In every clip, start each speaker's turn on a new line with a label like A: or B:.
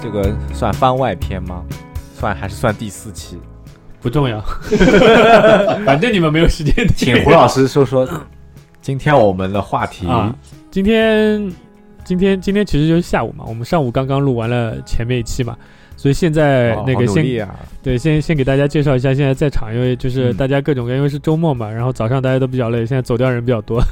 A: 这个算番外篇吗？算还是算第四期？
B: 不 重要，反正你们没有时间听
A: 请胡老师说说今天我们的话题。
B: 啊。今天，今天，今天其实就是下午嘛，我们上午刚刚录完了前面一期嘛，所以现在
A: 哦
B: 那
A: 好
B: 个
A: 努
B: 先、
A: 力啊，
B: 对，先先给大家介绍一下现在在场，因为就是
A: 嗯
B: 大家各种各样，因为是周 末嘛，然后早上大家都比较累，现在走掉人比较多，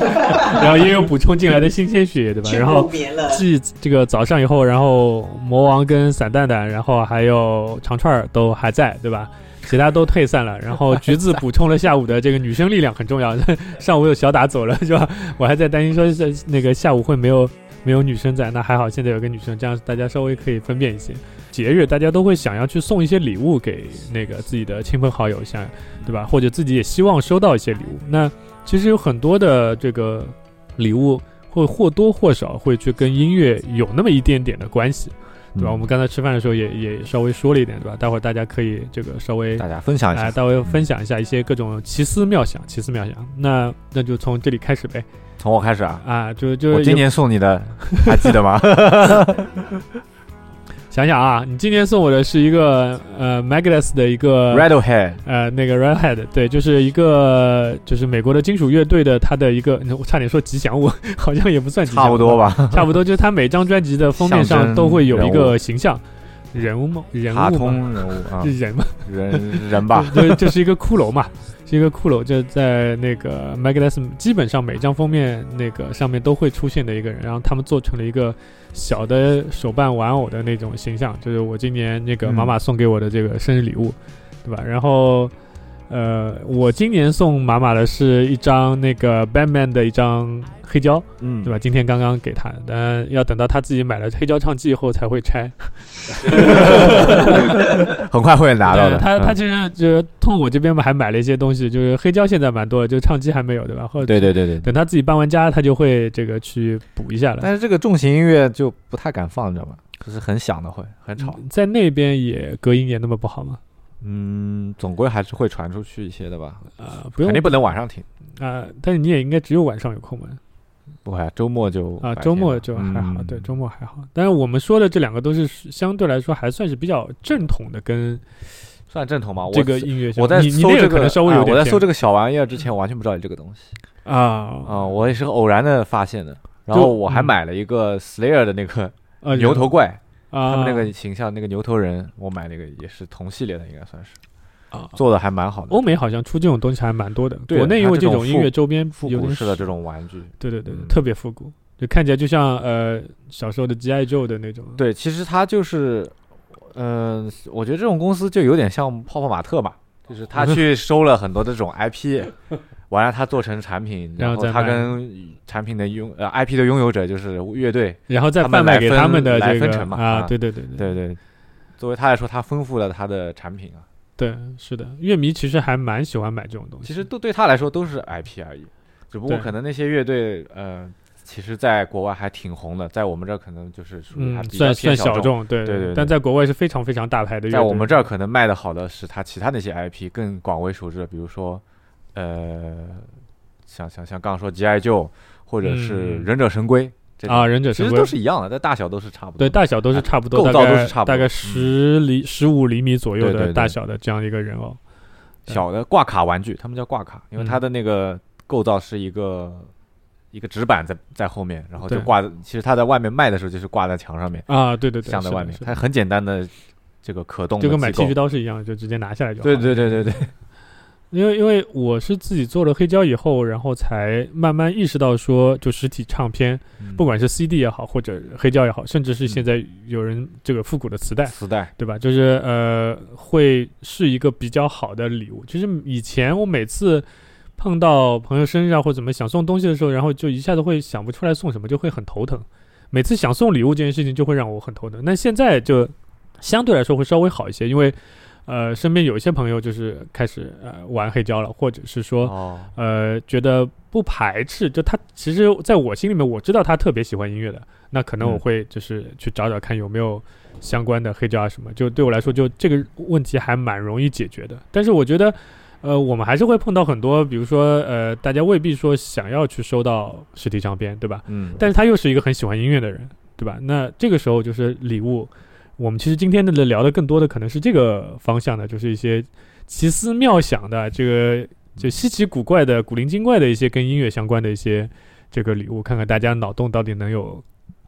B: 然后也有补充进来的新鲜血液，对吧？
C: 全
B: 然
C: 部
B: 后
C: 别了，
B: 继这个早上以后，然后魔王跟散蛋蛋，然后还有长串儿都还在，对吧？其他都退散了，然后橘子补充了下午的这个女生力量很重要。 上午有小打走了是吧？我还在担心说是那个下午会没有没有女生在，那还好现在有个女生，这样大家稍微可以分辨一些。节日大家都会想要去送一些礼物给那个自己的亲朋好友，像对吧？或者自己也希望收到一些礼物。那其实有很多的这个礼物会或多或少会去跟音乐有那么一点点的关系，对吧？
A: 嗯
B: 我们刚才吃饭的时候也也稍微说了一点，对吧？待会儿大家可以这个稍微
A: 大家分享一
B: 哎，
A: 下，嗯
B: 大卫分享一下一些各种奇思妙想，奇思妙想。那那就从这里开始呗。
A: 从我开始啊。
B: 啊，就就
A: 我今年送你 的，还记得吗？
B: 有想想啊，你今年送我的是一个呃 Megadeth 的一个
A: Radiohead，
B: 呃那个 Redhead，对，就是一个就是美国的金属乐队的它的一个，我差点说吉祥物， 好像也不算吉祥物，
A: 差不多，吧。
B: 差不多就是它每张专辑的封面
A: 象
B: 上
A: 征
B: 都会有一
A: 人
B: 个形象，人物吗？人
A: 卡
B: 物吗？
A: 通人物啊
B: 是，人吗？
A: 人人 吧，
B: 就这是一个骷髅嘛， 是一个骷髅，就在那个 Megadeth 基本上每张封面那个上面都会出现的一个人，然后他们做成了一个小的手办玩偶的那种形象，就是我今年那个
A: 嗯
B: 妈妈送给我的这个生日礼物，对吧？然后。呃，我今年送妈妈的是一张那个 Batman 的一张黑胶，
A: 嗯
B: 对吧？今天刚刚给他，但要等到他自己买了黑胶唱机以后才会拆。
A: 很快会拿到
B: 对
A: 的。
B: 他他
A: 嗯
B: 其实就是通我这边还买了一些东西，就是黑胶现在蛮多的，就唱机还没有，对吧？或者
A: 对对对对。对
B: 等他自己搬完家，他就会这个去补一下了。
A: 但是这个重型音乐就不太敢放，你知道吗？就是很响的，会很吵。
B: 嗯在那边也隔音也那么不好吗？
A: 嗯，总归还是会传出去一些的吧，
B: 啊、不用
A: 肯
B: 啊
A: 定、不能晚上听。
B: 但是你也应该只有晚上有空吧？
A: 不会啊，周末就
B: 啊、
A: 白
B: 周
A: 天
B: 末
A: 了
B: 就还好，
A: 嗯
B: 对，周末还好。但是我们说的这两个都是相对来说还算是比较正统的，跟
A: 算正统吗？我
B: 这个音乐相
A: 我在
B: 你你
A: 搜
B: 那
A: 这
B: 可
A: 个，
B: 能稍微有
A: 啊
B: 点
A: 我在
B: 偏
A: 搜这个小玩意儿之前，完全不知道有这个东西
B: 啊
A: 啊！我也是偶然的发现的。然
B: 就
A: 后我还
B: 嗯
A: 买了一个 Slayer 的那个
B: 啊
A: 牛头怪，
B: 啊
A: 他们那个形象那个牛头人，我买那个也是同系列的，应该算是
B: 啊
A: 做的还蛮好的。
B: 欧美好像出这种东西还蛮多的，
A: 对
B: 国内因
A: 它
B: 为
A: 这
B: 这
A: 种
B: 种音
A: 复
B: 乐周边
A: 复
B: 有
A: 古
B: 点
A: 式的这种玩具，
B: 对对对，对，
A: 嗯
B: 特别复古，就看起来就像呃小时候的 G.I. Joe 的那种。
A: 对，其实它就是，嗯、我觉得这种公司就有点像泡泡玛特吧，就是他 去收了很多的这种 IP，完了他做成产品，然
B: 然后
A: 后
B: 再
A: 他
B: 卖
A: 跟产品的拥呃 IP 的拥有者就是乐队，
B: 然后再
A: 他们
B: 贩卖
A: 来
B: 给
A: 分
B: 他们的
A: 来
B: 这
A: 分
B: 个
A: 成嘛
B: 啊，
A: 啊
B: 对对对对
A: 对对。作为他来说，他丰富了他的产品啊，
B: 对，是的，乐迷其实还蛮喜欢买这种东西。
A: 其实都对他来说都是 IP 而已，只不过
B: 对
A: 可能那些乐队，呃，其实在国外还挺红的，在我们这儿可能就是属于还
B: 嗯，
A: 比较
B: 算
A: 偏
B: 算
A: 小
B: 小众，对
A: 对对对
B: 但在国外是非常非常大牌的乐队。
A: 在我们这儿可能卖的好的是它其他那些 IP 更广为熟知的，比如说，呃，像像像刚刚说 G.I. Joe 或者是
B: 嗯
A: 忍者神龟，这
B: 啊，忍者
A: 其
B: 神
A: 实
B: 龟
A: 都是一样的，但大小都是差不多
B: 对
A: 的。啊
B: 大小都是差不多，
A: 构
B: 大
A: 造都
B: 概
A: 是差不
B: 大
A: 多
B: 概
A: 嗯
B: 十厘十五厘米左右
A: 对对
B: 的
A: 对
B: 大小的这样一个人偶。
A: 小的挂卡玩具，他们叫挂卡，因为它
B: 嗯
A: 的那个构造是一个一个纸板在在后面，然后就
B: 对
A: 挂在，其实它在外面卖的时候就是挂在墙上面，
B: 啊，对对对，
A: 镶在
B: 是
A: 外
B: 的
A: 面，
B: 是的
A: 它很简单的这个可动的
B: 就
A: 机构，
B: 跟买剃须刀是一样，就直接拿下来就好。
A: 对对对对对，
B: 因为因为我是自己做了黑胶以后，然后才慢慢意识到说，就实体唱片，
A: 嗯
B: 不管是 CD 也好，或者黑胶也好，甚至是
A: 嗯
B: 现在有人这个复古的磁带，
A: 磁带，
B: 对吧？就是呃，会是一个比较好的礼物。就是以前我每次碰到朋友生日啊或者怎么想送东西的时候，然后就一下子会想不出来送什么，就会很头疼。每次想送礼物这件事情就会让我很头疼。那现在就相对来说会稍微好一些，因为呃，身边有一些朋友就是开始呃玩黑胶了，或者是说
A: 哦，
B: 呃，觉得不排斥，就他其实在我心里面，我知道他特别喜欢音乐的，那可能
A: 嗯
B: 我会就是去找找看有没有相关的黑胶啊什么，就对我来说，就这个问题还蛮容易解决的。但是我觉得，呃，我们还是会碰到很多，比如说呃，大家未必说想要去收到实体唱片，对吧？
A: 嗯，
B: 但是他又是一个很喜欢音乐的人，对吧？那这个时候就是礼物，我们其实今天的聊的更多的可能是这个方向的，就是一些奇思妙想的这个就稀奇古怪的、古灵精怪的一些跟音乐相关的一些这个礼物，看看大家脑洞到底能有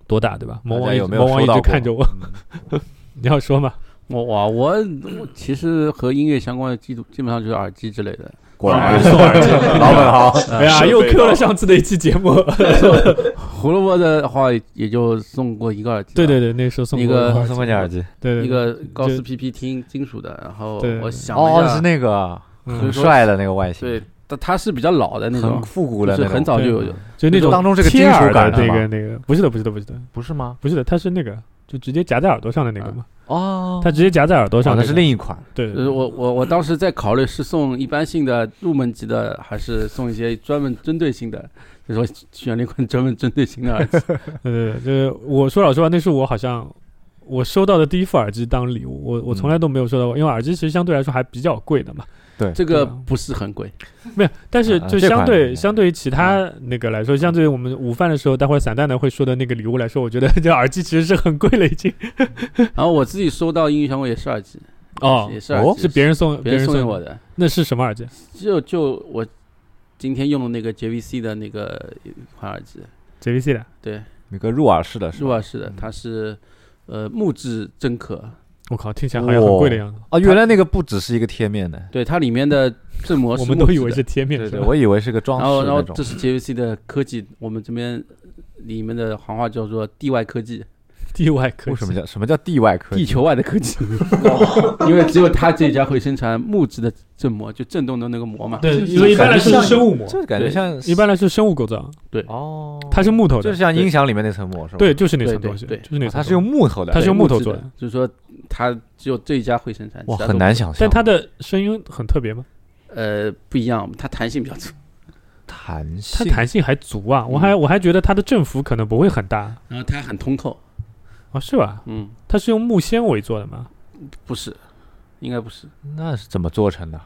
B: 多大，对吧？魔
A: 大
B: 王
A: 家
B: 一
A: 有
B: 直
A: 没有
B: 魔王一
A: 收到
B: 直
A: 过
B: 看着我，
A: 嗯
B: 你要说吗？
C: 我哇，我我其实和音乐相关的基基本上就是耳机之类的。
A: 果然
B: 送耳机，
A: 老本行，
B: 哎呀，
D: 设备
B: 又 Q 了
D: 到
B: 上次的一期节目。
C: 胡萝卜的话也就送过一个耳机吧，
B: 对对对，那时候送
C: 一
B: 过
C: 个
B: 耳
A: 送过你耳机。
B: 对对
C: 一个高
B: 就
C: 斯 PP 听金属的，然后
B: 对
C: 我想了
A: 哦
C: 一，下
A: 是那个
B: 嗯
A: 很帅的那个外形，
C: 对，它它是比较老的那
A: 很
C: 种，
A: 复古
C: 就
A: 的
C: 是
A: 那
C: 很
A: 种，
C: 早就有有
B: 就那种
A: 当中是个
B: 贴
A: 金属
B: 耳的
A: 感的
B: 那
A: 吗
B: 个那个，不是的，不是的，不是的，
A: 不是吗？
B: 不是的，它是那个就直接夹在耳朵上的那个嘛，
A: 哦，
B: 它直接夹在耳朵上
A: 长
B: 那
A: 的
B: 个，
A: 是另一呃款，
B: 对对
C: 就是
B: 对
C: 我我我当时在考虑是送一般性的入门级的，还是送一些专门针对性的，就是我选了一款专门针对性的耳机。
B: 对对，就是我说老实话，那是我好像我收到的第一副耳机当礼物，我我
A: 嗯
B: 从来都没有收到过，因为耳机其实相对来说还比较贵的嘛，
C: 这
B: 对
C: 个
B: 啊
C: 不是很贵，
B: 没有，但是
A: 啊
B: 就
A: 这
B: 相
A: 款
B: 对
A: 嗯
B: 相对于其他那个来说，相对于我们午饭的时候，待会儿散蛋蛋会说的那个礼物来说，我觉得 这耳机其实是很贵了已经。
C: 然后我自己收到音乐相关也是耳机，
B: 哦
C: 也，是耳
A: 哦
C: 机，
B: 是别人送
C: 别人送
B: 送
C: 给我，的，
B: 那是什么耳机？
C: 就就我今天用的那个 JVC 的那个一款耳机，
B: JVC 的，
C: 对，
A: 有个入耳式的是
C: 入
A: 吧？
B: 嗯
C: 耳式的，它是呃木质真壳，
B: 我靠，听起来好像很贵的样子。
A: 啊，原来那个不只是一个贴面的，
C: 对，它里面的振膜是
B: 我们都
C: 木质
B: 以为
C: 的
B: 是贴面，
A: 对
B: 是
A: 对，
B: 吧
A: 我以为是个装
C: 然后
A: 饰
C: 然后
A: 那
C: 这
A: 种。
C: 是 JVC 的科技，我们这边里面的行话叫做地外科技，
B: 地外科
A: 为什么
B: 技。
A: 叫什么叫地外科技？
C: 地球外的 科技，因为只有它这家会生产木质的振膜，就震动的那个膜嘛。
B: 对，因为一般来说是生物膜，
A: 这感觉
C: 对
A: 像
B: 一般来说是生物构造，
A: 哦，
B: 它是木头
A: 就
B: 的
A: 是，像音响里面那层膜是吧？
B: 对，就是那
C: 对
B: 层
C: 对
B: 东西，
C: 对啊
B: 就是那
A: 哦
B: 层
A: 它是用
B: 东西，
A: 木头的，
B: 它是用木头
C: 质
B: 做
C: 的
B: 的，
C: 就是说它只有这一家会生产，
A: 哇，
C: 其他
A: 很
C: 都
A: 难
C: 不
A: 想象。
B: 但它的声音很特别吗？
C: 呃不一样，它弹性比较足。
A: 弹
B: 它
A: 性，
B: 弹性还足啊，我
C: 嗯
B: 还我还觉得它的振幅可能不会很大
C: 然后它很通透，
B: 啊，是吧？
C: 嗯，
B: 它是用木纤维做的吗？
C: 不是，应该不是
A: 那是怎么做成的？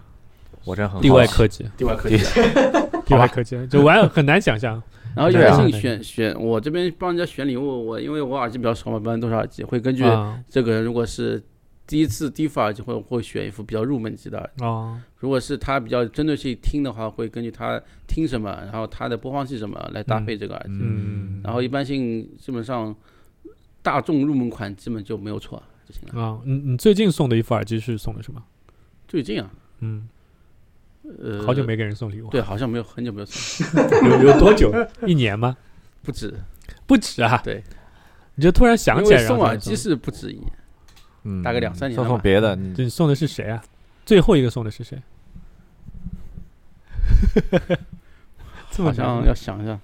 A: 我真很好奇
B: 地外科技，
C: 地外科技。
B: 哦 地外科技，就玩很难想象。
C: 然后一
A: 对
C: 般
A: 啊
C: 性选选我这边帮人家选礼物，我因为我耳机比较熟嘛，不然都是耳机，会根据
B: 啊
C: 这个人如果是第一次第一副耳机会会选一副比较入门级的耳机，
B: 哦，
C: 如果是他比较针对性听的话，会根据他听什么，然后他的播放器什么来搭配这个耳机。
B: 嗯
C: 然后一般性基本上大众入门款基本就没有错就行了。
B: 啊，你你最近送的一副耳机是送的什么？
C: 最近啊，
B: 嗯，
C: 呃，
B: 好久没给人送礼物，
C: 对，好像没有很久没有送，
B: 有有多久？一年吗？
C: 不止
B: 不止啊，
C: 对，
B: 你就突然想
C: 因
B: 起
C: 为
B: 来，然后
C: 送耳
B: 就
C: 机是不止一年，
A: 嗯
C: 大概两三年
A: 送
C: 了
A: 送
C: 吧
A: 别的，你
B: 就你送的是谁啊？最后一个送的是谁？ 这么
C: 好像
B: 难
C: 要想一下，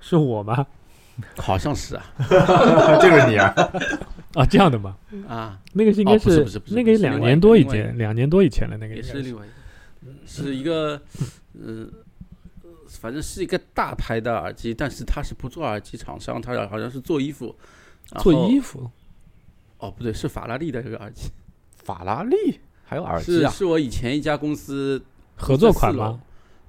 B: 是我吗？
C: 好像是啊
A: 就是你啊，
B: 啊，这样的吗？
C: 啊，
B: 那个是应该
C: 哦不是不是不是
B: 那个
C: 不是
B: 两
C: 另外一
B: 年
C: 个
B: 多以
C: 另外一个
B: 前，两年多以前了，那个
C: 也
B: 应该
C: 是另外一个，是一个，嗯、呃，反正是一个大牌的耳机，但是它是不做耳机厂商，它好像是做衣服，然后
B: 做衣服
C: 哦，不对，是法拉利的这个耳机，
A: 法拉利还有耳机啊
C: 是，是我以前一家公司，
B: 合作款
C: 在四
B: 吗
C: 楼？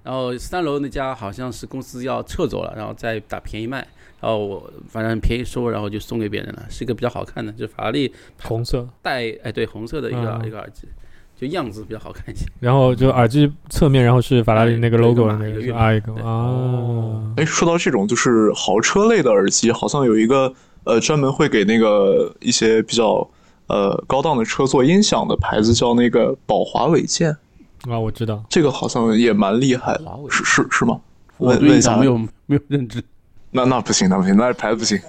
C: 然后三楼那家好像是公司要撤走了，然后再打便宜卖，然后我反正便宜收，然后就送给别人了，是一个比较好看的，就是法拉利
B: 红色，
C: 带哎对红色的一个、
B: 嗯
C: 一个耳机，就样子比较好看一些。
B: 然后就耳机侧面，然后是法拉利那个
C: 嗯哎对
B: logo
C: 一个
B: 的
C: 马
B: 那
C: 一个
B: 个
C: 月
B: 啊一个
C: 对哦
B: 啊，
D: 哎，说到这种就是豪车类的耳机，好像有一个呃专门会给那个一些比较呃高档的车做音响的牌子，叫那个宝华伟健，
B: 啊，我知道，
D: 这个好像也蛮厉害
A: 华
D: 的，
A: 为
D: 是是是吗？
C: 我
D: 问
C: 对
D: 问
C: 音
D: 一下
C: 响没，有没有认知，
D: 那那不行，那不行，那牌子不行。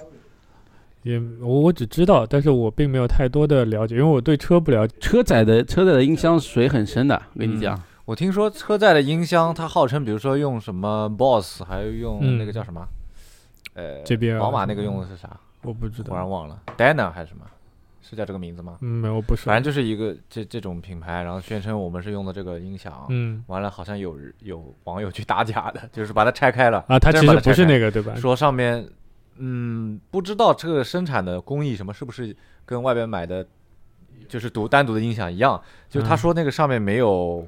B: 也我我只知道，但是我并没有太多的了解，因为我对车不了解。
C: 车载的车载的音箱水很深的，我跟你讲，
B: 嗯
A: 我听说车载的音箱，它号称比如说用什么 BOSS，还有
B: 嗯
A: 用那个叫什么，呃
B: JBL
A: 宝马那个用的是啥？
B: 啊我不知
A: 突然
B: 道，
A: 忘了，Dana 还是什么？是叫这个名字吗？
B: 嗯，没有，我不熟
A: 反，正就是一个这这种品牌，然后宣称我们是用的这个音响。
B: 嗯
A: 完了，好像有有网友去打假的，就是把它拆开了
B: 啊，它其
A: 真把
B: 实
A: 它
B: 不是
A: 拆开
B: 那个对吧？
A: 说上面，嗯，不知道这个生产的工艺什么是不是跟外边买的，就是独单独的音响一样。就是他
B: 嗯
A: 说那个上面没有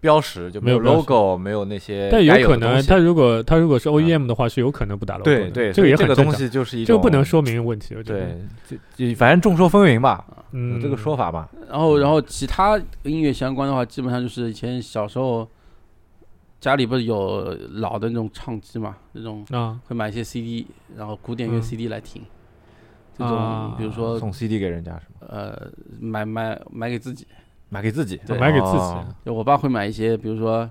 A: 标识，就没有
B: 没有标识
A: logo，没有那些
B: 但
A: 该有
B: 有可
A: 的东
B: 能
A: 西
B: 他如果他如果是 OEM 的话，是有可能不打 logo
A: 对
B: 的，
A: 对，
B: 这个也
A: 所以这
B: 很
A: 个
B: 正
A: 东
B: 常，
A: 西就是一
B: 这个
A: 种
B: 不能说明问题，我觉得，
A: 对，就就反正众说纷纭吧，有
B: 嗯，
A: 这个说法吧。
C: 然后，然后其他音乐相关的话，基本上就是以前小时候家里不是有老的那种唱机嘛，那种
B: 啊，
C: 会买一些 CD，然后古典乐
B: 嗯
C: CD 来听。这
B: 啊
C: 种比如说
A: 送 CD 给人家是吗？
C: 呃，买买买给自己，
A: 买给自己，
C: 对
B: 买给自己
A: 哦，
C: 就我爸会买一些，比如说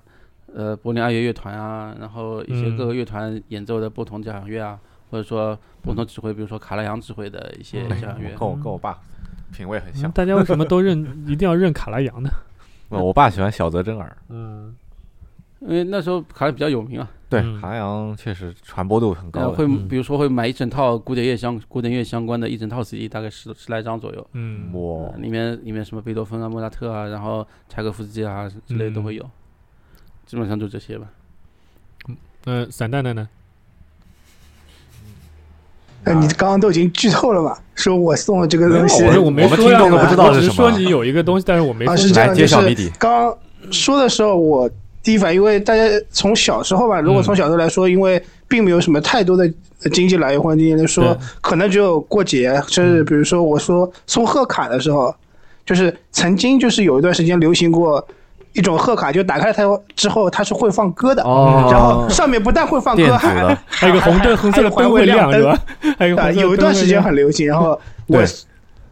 C: 呃柏林爱乐乐团啊，然后一些
B: 嗯
C: 各个乐团演奏的不同交响乐啊，或者说不同指挥，比如说卡拉扬指挥的一些
B: 嗯
C: 交响乐
A: 我。跟我跟我爸品味很
B: 嗯
A: 像，
B: 大家为什么都认一定要认卡拉 扬呢？
A: 我我爸喜欢小泽征尔，
B: 嗯，
C: 因为那时候卡拉比较有名啊，
A: 对，
B: 嗯
A: 韩阳确实传播度很
C: 然后
A: 高的。
C: 呃会
B: 嗯
C: 比如说会买一整套古典乐相古典乐相关的一整套 CD，大概十十来张左右，
B: 嗯，
A: 哇，
C: 里面里面什么贝多芬啊、莫扎特啊，然后柴可夫斯基啊之类的都会有，基本上就这些吧。
B: 呃，散蛋蛋呢？
E: 呃，你刚刚都已经剧透了嘛？说我送了这个
A: 啊没有
E: 东西，
A: 我是
B: 我没
A: 我们
B: 说
A: 听
B: 呀
A: 众都
B: 我
A: 不知道
B: 我
A: 是
B: 只
A: 什
B: 说
A: 么
B: 你有一个东西，但是我没
E: 啊
B: 说
E: 是这样
A: 来揭
E: 就是
A: 晓谜底，
E: 刚刚说的时候，我第一反应，因为大家从小时
A: 嗯
E: 候吧，如果从小时候来说，因为并没有什么太多的呃经济来源或者经济来说
B: 对，
E: 可能只有过节，甚至比如说我说送贺卡的时候，就是曾经就是有一段时间流行过。一种贺卡，就打开它之后，它是会放歌的，
A: 哦
E: 然后上面不但会放
A: 电
E: 歌，
A: 子
E: 还
A: 的
B: 还有一个红灯红色的灯会亮是 吧？还有一个
E: 啊，
B: 红色的
E: 有一
B: 灯
E: 段
B: 会
E: 时间
B: 亮
E: 很流行，然后我
A: 对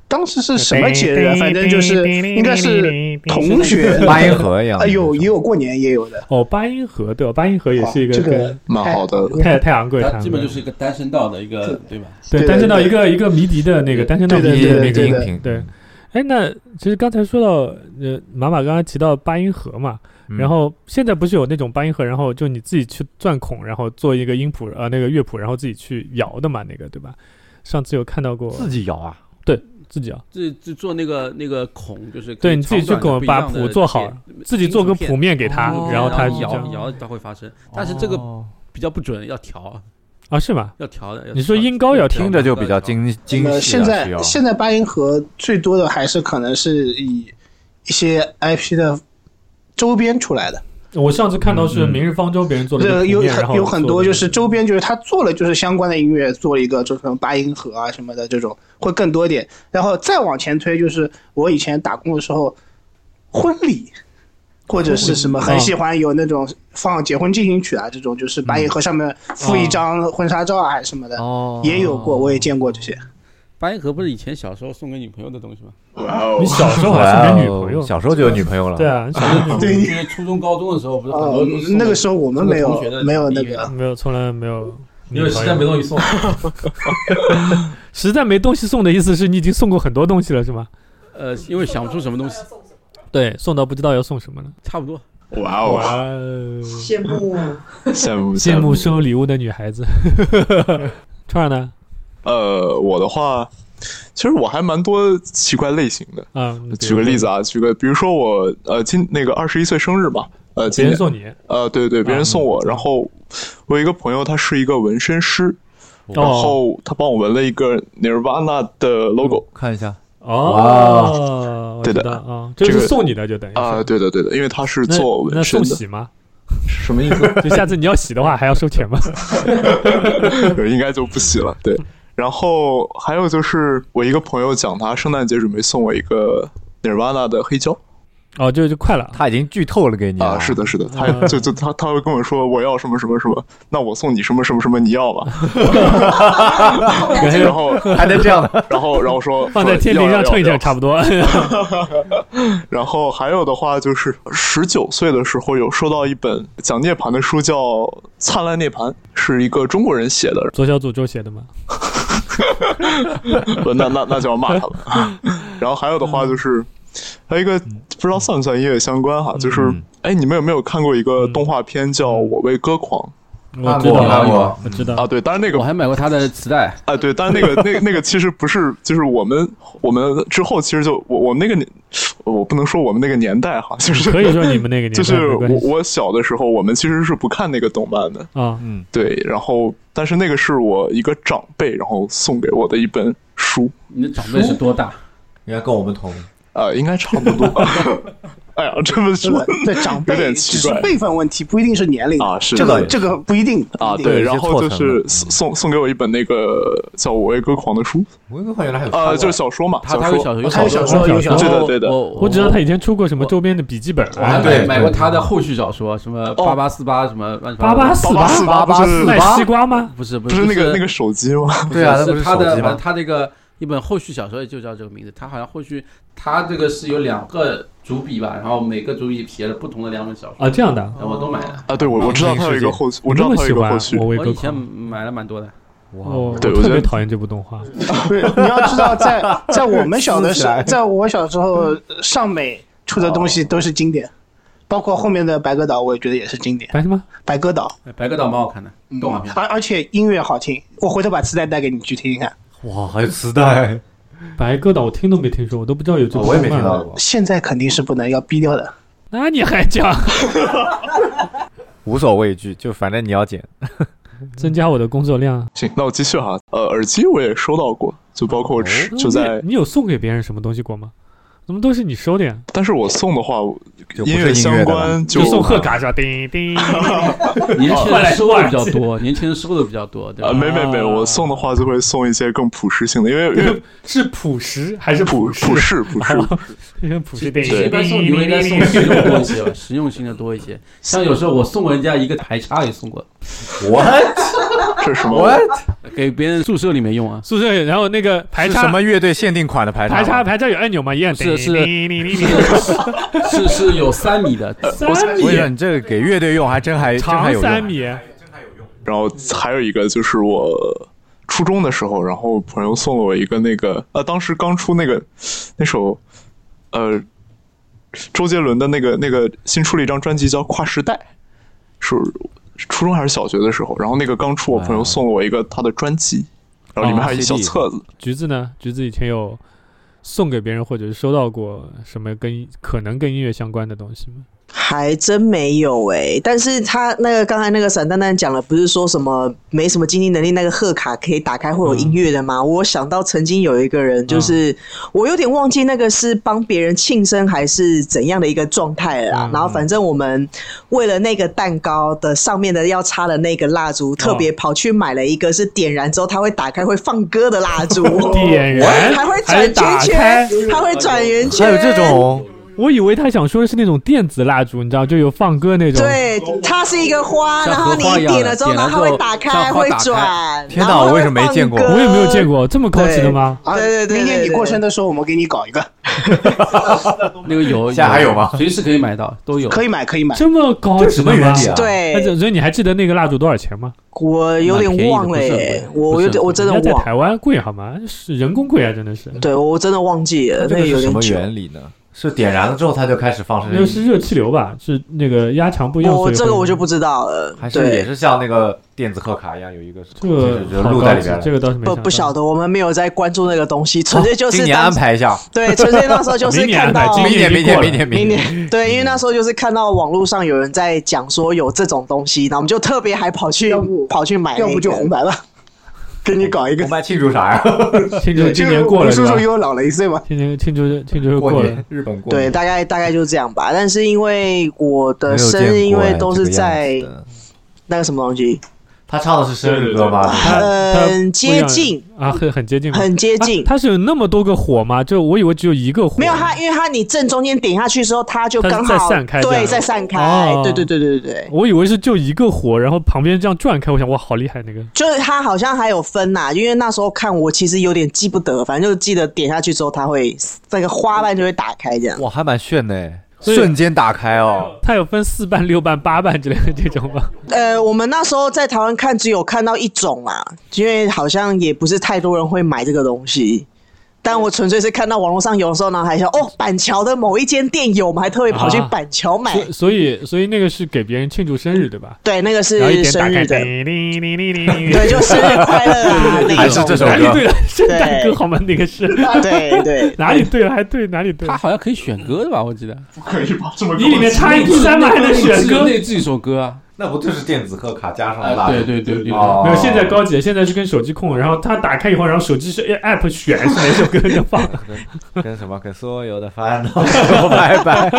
E: 当时是什么节日啊？反正就是应该是同学，
A: 八音盒一样
E: 啊，
A: 的那种。
E: 有也有过年也有的，
B: 哦，八音盒对吧？八音盒也是一
E: 这个
B: 跟
D: 蛮好的
B: 太太昂贵，太
C: 它
B: 昂
C: 基
B: 贵
C: 本
B: 了
C: 就是一个单声道的一个，对吧？
B: 对，
E: 对
B: 单
E: 对
B: 声道
E: 对
B: 一个一个迷笛的那个单声道迷
E: 对
B: 笛的
E: 对
B: 那
E: 对
B: 个
E: 对
A: 音频
B: 对。哎，那其实刚才说到，呃，马马刚刚提到八音盒嘛，
A: 嗯
B: 然后现在不是有那种八音盒，然后就你自己去钻孔，然后做一个音谱，呃，那个乐谱，然后自己去摇的嘛，那个对吧？上次有看到过
A: 自己摇啊，
B: 自己摇，
C: 自己做那个那个孔，就是可以
B: 对你自己去
C: 长
B: 孔
C: 短的不一
B: 把
C: 样的
B: 谱做好
C: 片，
B: 自己做个
C: 金属片
B: 谱面给他，
A: 哦
B: 然后他
A: 就这
C: 摇
A: 样
C: 摇它会发声，但是这个
A: 哦
C: 比较不准，要调
B: 啊是吗？
C: 要调的。要
B: 你说
C: 调
B: 音高要
A: 听着就比较。精精细
E: 呃，
A: 了。
E: 现在
A: 啊需要
E: 现在八音盒最多的还是可能是以一些 IP 的周边出来的，
B: 我上次看到是
A: 嗯
B: 《明日方舟》别人做的一个
E: 这
B: 谱
E: 有
B: 面然后
E: 很有很
B: 做
E: 多
B: 的
E: 就是周边，就是他做了就是相关的音乐，做了一个就是什么八音盒啊什么的这种会更多一点。然后再往前推，就是我以前打工的时候，婚礼或者是什么
B: 哦婚礼啊
E: 很喜欢有那种放结婚进行曲啊这种，就是八音盒上面
B: 嗯
E: 附
B: 哦
E: 一张婚纱照啊还是什么的，
A: 哦
E: 也有过，我也见过这些。
C: 八音盒不是以前小时候送给女朋友的东西吗？
D: 哇哦
B: 你小时候还
A: 哇
B: 是
A: 哦
B: 没女朋友，
A: 小时候就有女朋友了。
B: 对，啊，小时候
E: 对
C: 因为初中、高中的时候不是很多
E: 呃
C: 都是送，
E: 那个时候我们没
C: 同
E: 有
C: 学的
E: 没有那
C: 音乐
E: 个
B: 没有，从来没有。
C: 因为实在没东西送，
B: 实在没东西送的意思是你已经送过很多东西了，是吗？
C: 呃，因为想不出什么东西，
B: 对，送到不知道要送什么了。
C: 差不多。
D: 哇哦，
B: 哦，
F: 羡慕
D: 羡 慕
B: 羡慕收礼物的女孩子。 串儿呢？
D: 呃，我的话，其实我还蛮多奇怪类型的。
B: 啊，
C: 嗯
D: 举个例子啊，举个，比如说我呃今那个二十一岁生日嘛，呃，
B: 别
D: 今
B: 人
D: 年
B: 送你
D: 呃对对，别
B: 啊
D: 人送我，然后我有一个朋友他是一个纹身师，
B: 哦
D: 然后他帮我纹了一个 Nirvana 的 logo
A: 看一下，
B: 哦，我
D: 对的
B: 知道啊，这
D: 这
B: 是
D: 个
B: 送你的，就等于是
D: 啊，对的对的，因为他是
B: 嗯那
D: 做
B: 那
D: 纹身
B: 送
D: 的，
B: 洗吗？
D: 什么意思？
B: 就下次你要洗的话还要收钱 吗？
D: 对，应该就不洗了。对，然后还有就是我一个朋友讲，他圣诞节准备送我一个 Nirvana 的黑胶
B: 哦，就就 快了。
A: 他已经剧透了给你
D: 啊，是的，
B: 嗯
D: 是的，他就就他他会跟我说我要什么什么什么，那我送你什么什么什么，你要 吧。然后
A: 还能这样的，
D: 然后然后说
B: 放在
D: 说
B: 天平
D: 要
B: 上
D: 要
B: 称一
D: 要
B: 称，差不多。。
D: 然后还有的话就是，十九岁的时候有收到一本讲涅槃的书，叫《灿烂涅槃》，是一个中国人写的
B: 左小诅咒写的吗？
D: 不那那那就要骂他了。 然后还有的话就是，还有一个不知道算不算音乐相关哈，就是
A: 嗯
D: 哎，你们有没有看过一个动画片叫《我为歌狂
B: 我知
A: 过
B: 道，
A: 看
C: 过
B: 我知》道
D: 啊？。对，当然那
C: 我
D: 个
C: 还买过他的磁带，
D: 啊，对，但 是那个那那个其实不是，就是我们我们之后其实就我我们那个年，我不能说我们那个年代哈，就是
B: 可以说你们那个年代
D: 就是
B: 没关
D: 我
B: 系
D: 我小的时候，我们其实是不看那个动漫的，
B: 啊，
A: 嗯，
D: 对，然后但是那个是我一个长辈，然后送给我的一本书，
C: 你的长辈是多大？
A: 应该跟我们同
D: 呃，应该差不多吧。 哎呀，这么
E: 是
D: 说
E: 吧？对长辈
D: 有点奇
E: 只是
D: 怪
E: 辈分问题，不一定是年龄
D: 啊是
E: 这个
A: 对
E: 这个不一定
D: 啊，
E: 不一
D: 对，
E: 定
A: 有一
D: 然
A: 些
D: 后
A: 错
D: 就
A: 层
D: 是
A: 的
D: 送送送给我一本那个叫《我为歌狂》的书，
A: 我跟原来还有
D: 呃，就是小说嘛，
C: 他
D: 小
C: 哦他有
D: 说
C: 小 说，
E: 他有小说有小
D: 说对的对的
C: 我
B: 我只知道他以前出过什么周边的笔记本
C: 我还
B: 啊，
A: 对
C: 买买
A: 对
C: 过他的后续小说，什么八八四八什么乱七八
B: 八
C: 糟的
B: 八四
D: 八四八不是
B: 卖西瓜吗？
C: 不是不
D: 不是那个那
C: 个
D: 个手机吗？
A: 对啊，那不
C: 是他
A: 手
C: 的
A: 机
C: 反正
A: 吗？
C: 他这个一本后续小说也就叫这个名字，他好像后续他这个是有两个主笔吧，然后每个主笔写了不同的两本小说
B: 啊，这样的啊，
C: 然后我都买了，
D: 啊，对，我我知道他有一个后续，我知
B: 这
D: 道
B: 么
D: 他有
B: 喜
D: 一个
B: 欢
D: 后续
B: 我为
C: 我
B: 歌
C: 以前
B: 狂，
C: 买了蛮多的，
B: 我
A: 哇
B: 我
D: 对我
B: 特
D: 觉
B: 别
D: 得
B: 讨厌这部动画，
E: 不是你要知道 在，在我们小的
A: 撕
E: 时
A: 起
E: 候，
A: 来
E: 在我小时候，上美出的东西
F: 哦
E: 都是经典，包括后面的《白鸽岛》，我也觉得也是经典，
B: 白什么？
E: 《白鸽岛
C: 哎白鸽岛蛮好看的》
F: 嗯
C: 动画片，
E: 而而且音乐好听，我回头把磁带带给你去听听看。
A: 哇，还有磁带，
B: 白鸽岛我听都没听说，我都不知道有这部
A: 我也没
B: 动
A: 听
B: 漫
A: 到。过，
E: 现在肯定是不能要逼掉的，
B: 那你还讲
A: 无所畏惧，就反正你要剪，
B: 增加我的工作量？
D: 行，那我继续哈。呃，耳机我也收到过，就包
B: 哦
D: 括我吃就在，
B: 你你有送给别人什么东西过吗？怎么都是你收的呀？
D: 但是我送的话，
A: 就不是
D: 音
A: 音乐
D: 相关
B: 就送贺卡是吧？叮 叮，
C: 年轻人收的比较多，年轻人收的比较多，对吧？
D: 啊，没没没，我送的话就会送一些更朴实性的，因为因为
B: 是朴实还是
D: 朴
B: 实？
D: 朴实朴实，
B: 朴实电
C: 其实
B: 影
C: 一般送礼物应该送实用多一些吧，实用性的多一些。像有时候我送过人家一个排插，也送过，
A: what
D: 这是什么？
A: what
C: 给别人宿舍里面用啊。
B: 宿舍，然后那个排
A: 是
B: 插
A: 什么乐队限定款的排
B: 排插
A: 插吗？
B: 排插有按钮吗？一按
C: 是是
B: 叮叮叮叮
C: 是是有三米的，
B: 三
A: 我跟你说，
B: 米
A: 你这个给乐队用还真还真还
B: 长
A: 有
B: 三
A: 用。
B: 米，
D: 然后还有一个就是我初中的时候，然后朋友送了我一个那个，呃，当时刚出那个那首，呃，周杰伦的那个那个新出了一张专辑叫《跨时代》，是初中还是小学的时候，然后那个刚出，我
B: 哎
D: 朋友
A: 哇
D: 送了我一个他的专辑，然后里面还有一
B: 哦
D: 小册子，
B: 橘子呢？橘子以前有送给别人或者是收到过什么跟可能跟音乐相关的东西吗？
F: 还真没有哎、但是他那个刚才那个散蛋蛋讲了，不是说什么没什么经济能力，那个贺卡可以打开会有音乐的吗？
B: 嗯
F: 我想到曾经有一个人，就是、我有点忘记那个是帮别人庆生还是怎样的一个状态了啦。
B: 嗯
F: 然后反正我们为了那个蛋糕的上面的要插的那个蜡烛，特别跑去买了一个是点燃之后它会打开会放歌的蜡烛，
B: 点燃
F: 还会
B: 还
F: 转圈
B: 打开
F: 圈，，它会转圆圈，
A: 还有这种，
B: 我以为他想说的是那种电子蜡烛，你知道，就有放歌那种。
F: 对，它是一个花，
C: 像
F: 然后你
C: 荷花一样的
F: 点了之后，
C: 点
F: 然后
C: 了之
F: 它
C: 后
F: 会打开，
C: 像花
F: 会
C: 打开
F: 转。
A: 天哪
F: 哪，
A: 我为什么没见过
B: 我也没有见。过这么高级的吗？
E: 啊，
F: 对对对
E: 明年
F: 对
E: 你
F: 对
E: 过生的时候，我们给你搞一个，
C: 那个有，
A: 现在还有吗
C: 随时可以买到，都有。
E: 可以买，可以买。
B: 这么高级
A: 什
B: 的
A: 么
B: 吗
A: 原？理啊？
B: 那
F: 对，
B: 就所以你还记得那个蜡烛多少钱吗？
F: 我有点忘了
C: 蛮便宜的
F: 耶，
C: 不是很贵
F: 我有点，我真的
B: 人家在
F: 忘，
B: 台湾贵好吗？是人工贵啊，真的是。
F: 对我真的忘记了，
A: 这
F: 呃那
A: 个
F: 有
A: 是什
F: 点
A: 么
F: 久。
A: 原理呢？是点燃了之后它就开始放
B: 那
A: 声
B: 个
A: 音，
B: 是热气流吧？是那个压强不一样，
F: 我
B: 所以
F: 哦这
B: 会
F: 个我就不知道了
A: 还，是也
F: 对，
A: 是像那个电子贺卡一样有一个
B: 这
A: 就是
B: 个
A: 就
B: 好
A: 录
B: 高
A: 在里
B: 级
A: 边了哦
B: 这个倒是没
F: 不
B: 想
F: 不晓
B: 到。
F: 得，我们没有在关注那个东西，纯粹就
A: 今
F: 是
A: 年安
F: 当时
A: 排一下，
F: 对，纯粹那时候就是
B: 明年
F: 看
B: 安排
F: 到
B: 今
A: 明年
B: 已
A: 明
B: 经过
A: 年
B: 了
A: 明年
F: 明
A: 明年，
F: 年对，因为那时候就是看到网络上有人在讲说有这种东西，然后我们就特别还跑去
E: 要不
F: 跑去买那个，
E: 要不就红白吧，给你搞一个
A: 红。白庆祝啥呀？
B: 庆祝 今
E: 就
B: 年过了
E: 我
B: 是
E: 叔
B: 吧
E: 叔？又老了一岁嘛。
B: 庆祝庆祝庆祝又过了
A: 年，日本过
F: 对，
A: 年
F: 大概大概就是这样吧。但是因为我
A: 没有
F: 的生日，
A: 见
F: 因
A: 过
F: 为
A: 哎
F: 都
A: 这
F: 是
A: 个
F: 在
A: 样子的
F: 那个什么东西，
A: 他唱的是生日歌吗？
B: 他他
F: 很
B: 不一
F: 接
B: 样
F: 近，
B: 啊，很很接近吗，
F: 很接近
B: 啊。它是有那么多个火吗？就我以为只有一个火，
F: 没有它，因为它你正中间点下去之后，它就
B: 它是
F: 刚
B: 在
F: 好
B: 散开这
F: 对，
B: 样
F: 在散开
B: 哦，
F: 对对对对对对，
B: 我以为是就一个火，然后旁边这样转开，我想哇，好厉害那个。
F: 就是它好像还有分呐，因为那时候看我其实有点记不得，反正就记得点下去之后，它会那个花瓣就会打开这 样。
A: 哇，还蛮炫的哎，
B: 所以
A: 瞬间打开哦，
B: 它有分四瓣、六瓣、八瓣之类的这种吗？
F: 呃，我们那时候在台湾看只有看到一种啊，因为好像也不是太多人会买这个东西。但我纯粹是看到网络上有的时候呢，还想哦，板桥的某一间店有，我们还特别跑去
B: 啊
F: 板桥买。
B: 所以 所以所以那个是给别人庆祝生日对吧？
F: 对，那个
B: 然后一
F: 是
B: 点打
F: 生
B: 开，
F: 日的，
B: 叮叮叮叮叮
F: 对，就生日快乐啊那
A: 还是
F: 种
A: 这首
B: 哪里
A: 歌
B: 对了？圣诞
F: 对
B: 歌好吗？那个是
F: 对对，
B: 哪里对了？还对哪里对
C: 他
B: 了？
C: 好像可以选歌的吧？我记得
D: 不可以吧？这么
B: 你里面插一句三嘛，还能选
C: 内置
B: 歌？
C: 内置一首歌啊，
A: 那不就是电子贺卡加上
C: 哎
A: 蜡
C: 对
A: 烛？
C: 对对对，
A: 哦
B: 没有，现在高级，现在是跟手机控，然后它打开以后，然后手机是哎 app 选是哪首歌就放。
A: 跟跟什么跟所有 的烦恼说拜 拜。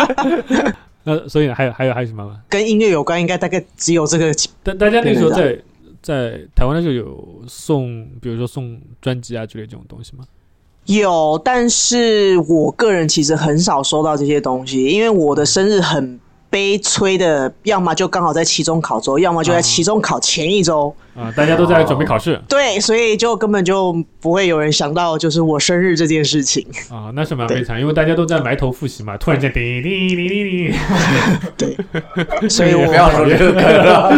B: 那呃所以还有还有还有什么吗？
F: 跟音乐有关，应该大概只有这个
B: 大大家那时候在在台湾的时候有送，比如说送专辑啊之类这种东西吗？
F: 有，但是我个人其实很少收到这些东西，因为我的生日很悲催的，要么就刚好在期中考周，要么就在期中考前一周。
B: 啊，大家都在准备考试
F: 对，所以就根本就不会有人想到就是我生日这件事情。
B: 啊，那是蛮悲惨，因为大家都在埋头复习嘛，突然间叮叮叮叮叮，
F: 对，所以
B: 也
F: 我
A: 不要说这个梗 了。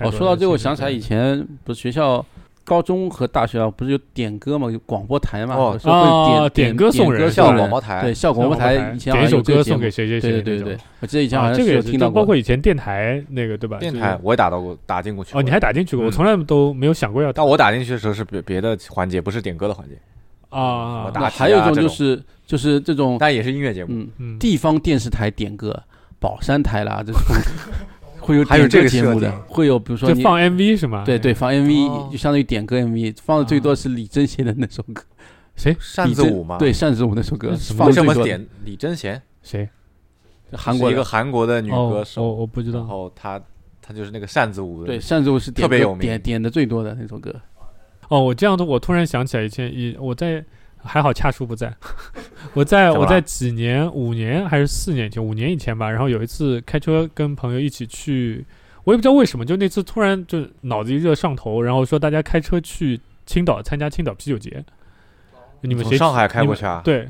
C: 哦，说到这个，我想起来以前不是学校。高中和大学啊，不是有点歌嘛，有广播台嘛，
A: 哦
C: 有时候会点、
B: 啊
C: 点
B: 点歌送人
C: 人，
A: 校广播台
C: 对校广播台以前好
B: 点一
C: 像
B: 首
C: 有这
B: 歌
C: 个节
B: 送
C: 目
B: 给，谁谁
C: 对
B: 谁，
C: 对对对，，我记得以前好
B: 啊，
C: 像
B: 这个
C: 是
B: 也
C: 有
B: 是
C: 听
B: 就
C: 到
B: 包
C: 过，
B: 括以前电台那个对吧？
A: 电
B: 就是
A: 台我也打到过，打进过去过。
B: 哦，你还打进去过？
A: 嗯
B: 我从来都没有想过要打
A: 但我打进去的时候是别别的环节，不是点歌的环节，
B: 啊
A: 我，打
C: 那
A: 起
C: 还有
A: 啊
C: 一种
A: 这
C: 就
A: 种
C: 是就是这种
A: 但也是音乐节目。
C: 嗯
B: 哦嗯，
C: 地方电视台点歌，宝山台 啦这种会有
A: 还有
C: 点
A: 这
C: 歌
A: 个
C: 节
A: 设
C: 目的
A: 定，
C: 会有比如说
B: 就
C: 你
B: 放 MV 是吗？
C: 对对，放
A: 哦
C: MV 就相当于点歌 MV，放的最多是李贞贤的那首歌，
B: 谁
A: 扇
C: 李
A: 子
C: 贞
A: 舞嘛，
C: 对，扇子舞那首歌
B: 那什么
C: 放
A: 为
C: 得
A: 什
C: 最
A: 么
C: 多的
A: 点李贞贤？
B: 谁
C: 韩国
A: 是一
C: 的
A: 个韩国的女
B: 哦
A: 歌
B: 我
A: 手，
B: 我不知
A: 然
B: 道。
A: 后她她就是那个扇子舞的，
C: 对，扇子舞是
A: 特
C: 点
A: 别
C: 歌
A: 有名
C: 点点的最多的那首歌，
B: 哦，我这样的，我突然想起来以前，以我在还好恰叔 不在，我在
A: 怎么
B: 我
A: 了
B: 在几年五年还是四年前，五年以前吧。然后有一次开车跟朋友一起去，我也不知道为什么，就那次突然就脑子一热上头，然后说大家开车去青岛参加青岛啤酒节，你们
A: 从
B: 谁
A: 上海开
B: 你
A: 过
B: 们
A: 去啊？
B: 对，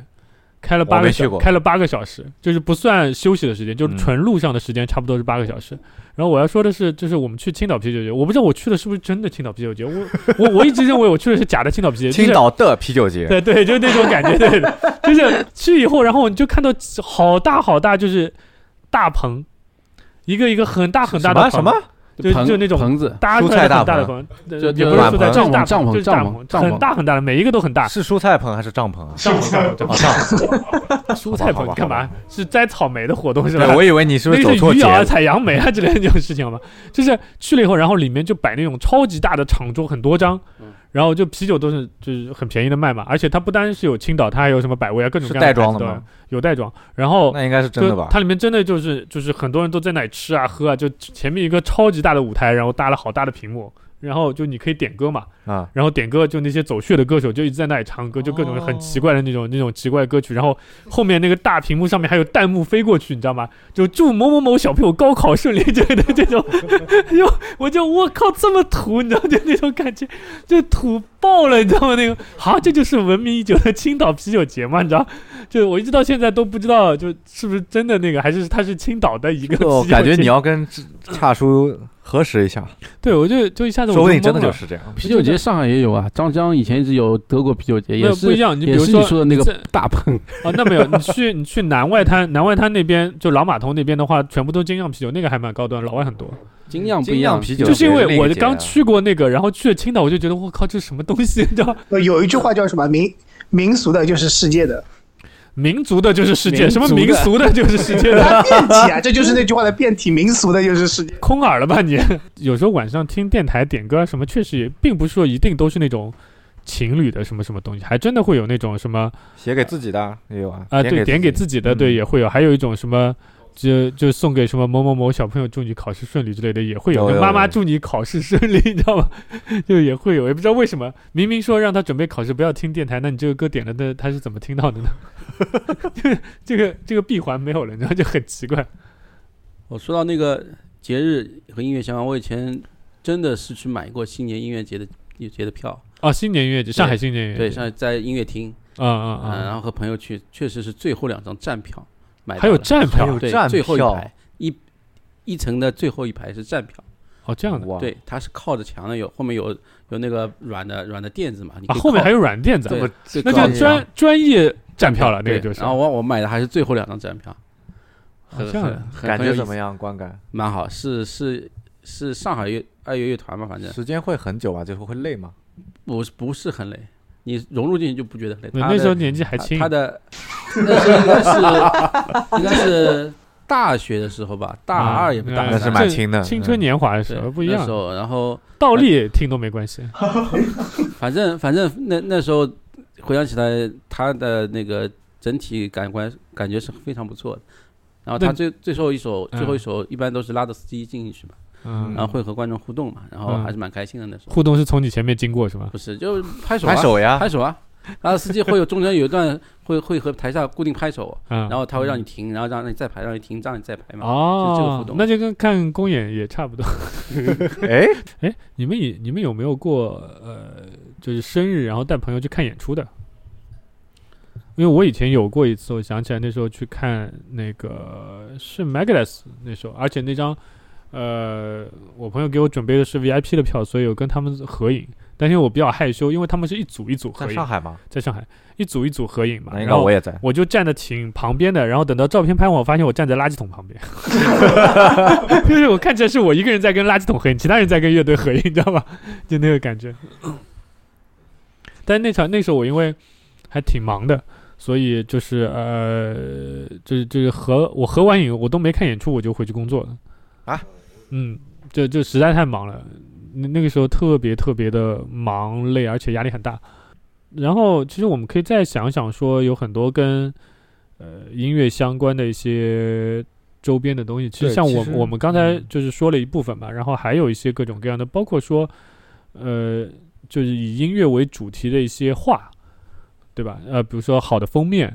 B: 开了
A: 我
B: 八
A: 没
B: 个
A: 去
B: 小
A: 过
B: 开了八个小时，就是不算休息的时间，就是
A: 嗯
B: 纯路上的时间，差不多是八个小时。然后我要说的是，就是我们去青岛啤酒节，我不知道我去的是不是真的青岛啤酒节，我我我一直认为我去的是假的青岛啤酒节，就是
A: 青岛的啤酒节，
B: 对对，就是那种感觉，对的，就是去以后，然后你就看到好大好大，就是大棚，一个一个很大很大
A: 什
B: 的
A: 么
B: 棚
A: 什么？
B: 就
C: 棚
B: 就那种
C: 棚子，
B: 搭出
A: 蔬菜
B: 来的
A: 大
B: 很大的
A: 棚
B: 棚，呃
C: 就
B: 也
C: 就
B: 不是
A: 帐
B: 蔬
A: 篷
B: 菜，就是大
C: 帐篷
B: 就是
C: 帐
B: 大
C: 篷
B: 棚，
C: 帐
B: 很
C: 篷
B: 大很大的，每一个都很大，
A: 是蔬菜棚还是帐篷啊？
B: 帐篷 帐篷帐
A: 哦，
B: 篷
A: 帐篷。
B: 蔬菜
A: 好吧好
B: 棚
A: 吧好
B: 干嘛？是摘草莓的活动是 吧？
A: 对，我以为你是不
B: 那
A: 是走错
B: 是渔
A: 节
B: 瑶啊、
A: 了？
B: 采杨梅啊之类的这种事情好吗？就是去了以后，然后里面就摆那种超级大的长桌，很多张，然后就啤酒都是就是很便宜的卖嘛，而且它不单是有青岛，它还有什么百威啊，各种
A: 是
B: 各样的
A: 袋装
B: 牌子
A: 的
B: 都有
A: 吗？
B: 有袋装，然后
A: 那应该是真的
B: 就
A: 吧？
B: 它里面真的就是就是很多人都在那里吃啊喝啊，就前面一个超级大的舞台，然后搭了好大的屏幕。然后就你可以点歌嘛，
A: 啊，
B: 然后点歌就那些走穴的歌手就一直在那里唱歌，就各种很奇怪的那种、那种奇怪的歌曲。然后后面那个大屏幕上面还有弹幕飞过去，你知道吗？就祝某某某小朋友高考顺利之类的这种， 就我就我靠这么土，你知道就那种感觉，就土爆了，你知道吗？那个好、这就是闻名已久的青岛啤酒节嘛，你知道？就我一直到现在都不知道，就是不是真的那个，还是它是青岛的一个啤酒
A: 我
B: 节。
A: 感觉你要跟差叔核实一下，
B: 对我就就一下子我
A: 说不定真的
B: 懵了
A: 就是这样。
C: 啤酒节上海也有啊，张江以前一直有德国啤酒节，
B: 没
C: 也
B: 有不一
C: 是
B: 样，你比
C: 也
B: 如
C: 是你说的那个
B: 在
C: 大棚，
B: 啊，那没有，你去你去南外滩，南外滩那边就老码头那边的话，全部都精酿啤酒，那个还蛮高端，老外很多。
C: 精酿不
A: 精
C: 一
A: 酿
C: 样，
A: 啤酒
B: 就是因
A: 节另
B: 为
A: 一
B: 我
A: 节啊
B: 刚去过那个，然后去了青岛，我就觉得我靠，这什么东西？ 你知道，
E: 呃有一句话叫什么？民民俗的就是世 界的，
B: 民族的就是世界，
C: 民
B: 什么
C: 族
B: 民
C: 的
B: 俗的就是世界的，
E: 它变体啊，这就是那句话的变体。民俗的就是世界。
B: 空耳了吧你？ 有时候晚上听电台点歌啊什么，确实也并不是说一定都是那种。情侣的什么什么东西，还真的会有那种什么
A: 写给自己的也有啊，
B: 啊、对，点给
A: 己
B: 自己的，
A: 嗯
B: 对，也会有，还有一种什么，就就送给什么某某某小朋友，祝你考试顺利之类的，也会有。
A: 有有
B: 妈妈
A: 有
B: 祝你考试顺利， 你知道吗？就也会有，也不知道为什么，明明说让他准备考试，不要听电台，那你这个歌点了的，他是怎么听到的呢？ 就是这个这个闭环没有了，你知道就很奇怪。
C: 我说到那个节日和音乐相关，我以前真的是去买过新年音乐节的音乐节的票，
B: 哦，新年音乐节，上海新年音乐节，
C: 对，像在音乐厅，
B: 啊啊
C: 嗯，然
B: 啊，
C: 后和朋友去，确实是最后两张站票买到
B: 还有
C: 的
B: 站票
A: 有
C: 对
A: 站
C: 最后一
A: 票
C: 排一一层的最后一排是站票，
B: 哦，这样的
A: 哇，
C: 对，它是靠着墙的，有后面有有那个软的软的垫子嘛，你
B: 啊，
C: 可以
B: 后面
C: 靠
B: 还有软垫子啊，
C: 对
A: 么
C: 对
B: 那
C: 靠
B: 就
C: 着
B: 专
C: 墙
B: 专业站票了，那
C: 对
B: 个就是。
C: 然后我我买的还是最后两张站票，
B: 哦
C: 很
B: 这样
C: 很
B: 的
C: 很
A: 感
C: 很有
A: 觉
C: 意
A: 怎
C: 思
A: 么样？观感
C: 蛮好，是是是上海乐爱乐乐团嘛，反正
A: 时间会很久吧？最后会累吗？
C: 不是不是很累，你融入进去就不觉得累。
B: 对
C: 他
B: 那时候
C: 的
B: 年纪还
C: 他
B: 轻，
C: 他的那时候应该是应该是大学的时候吧，大二也不大
B: 啊
A: 那是
C: 三，
A: 蛮轻的嗯
B: 青春年华的时候
C: 嗯对
B: 不一
C: 那
B: 样
C: 时，候，然后
B: 倒立听都没关系。
C: 反正反正那那时候回想起来，他的那个整体感官感觉是非常不错的。然后他
B: 那
C: 最最后一首
B: 嗯
C: 最后一首一般都是拉着司机进去嘛，
B: 嗯，
C: 然后会和观众互动嘛，然后还是蛮开心的那时候。
B: 互动是从你前面经过是吧？
C: 不是，就是拍手啊
A: 拍手呀
C: 拍，手啊！然后司机会有中间有一段会会和台下固定拍手，啊
B: 嗯，
C: 然后他会让你停，然后让你再拍，让你停，让你再拍嘛。
B: 哦，
C: 就这个互动
B: 那就跟看公演也差不多。
A: 哎，
B: 哎，你们也你们有没有过呃，就是生日然后带朋友去看演出的？因为我以前有过一次，我想起来那时候去看那个是 Megadeth 那时候，而且那张呃，我朋友给我准备的是 VIP 的票，所以有跟他们合影。但是我比较害羞，因为他们是一组一组
A: 在
B: 合影，
A: 上海吗？
B: 在上海一组一组合影嘛。
A: 那应
B: 然
A: 该
B: 后
A: 我也在。
B: 我就站的挺旁边的，然后等到照片拍完，我发现我站在垃圾桶旁边， 就是我看起来是我一个人在跟垃圾桶合影，其他人在跟乐队合影，你知道吧？就那个感觉。但那场那时候我因为还挺忙的，所以就是呃，就是就是合我合完影，我都没看演出，我就回去工作了。
A: 啊？
B: 嗯，就就实在太忙了，那那个时候特别特别的忙累，而且压力很大。然后其实我们可以再想想，说有很多跟呃音乐相关的一些周边的东西。其实
A: 对
B: 像
A: 其
B: 我
A: 实
B: 我们刚才
A: 嗯
B: 就是说了一部分嘛，然后还有一些各种各样的，包括说呃就是以音乐为主题的一些画，对吧？呃，比如说好的封面。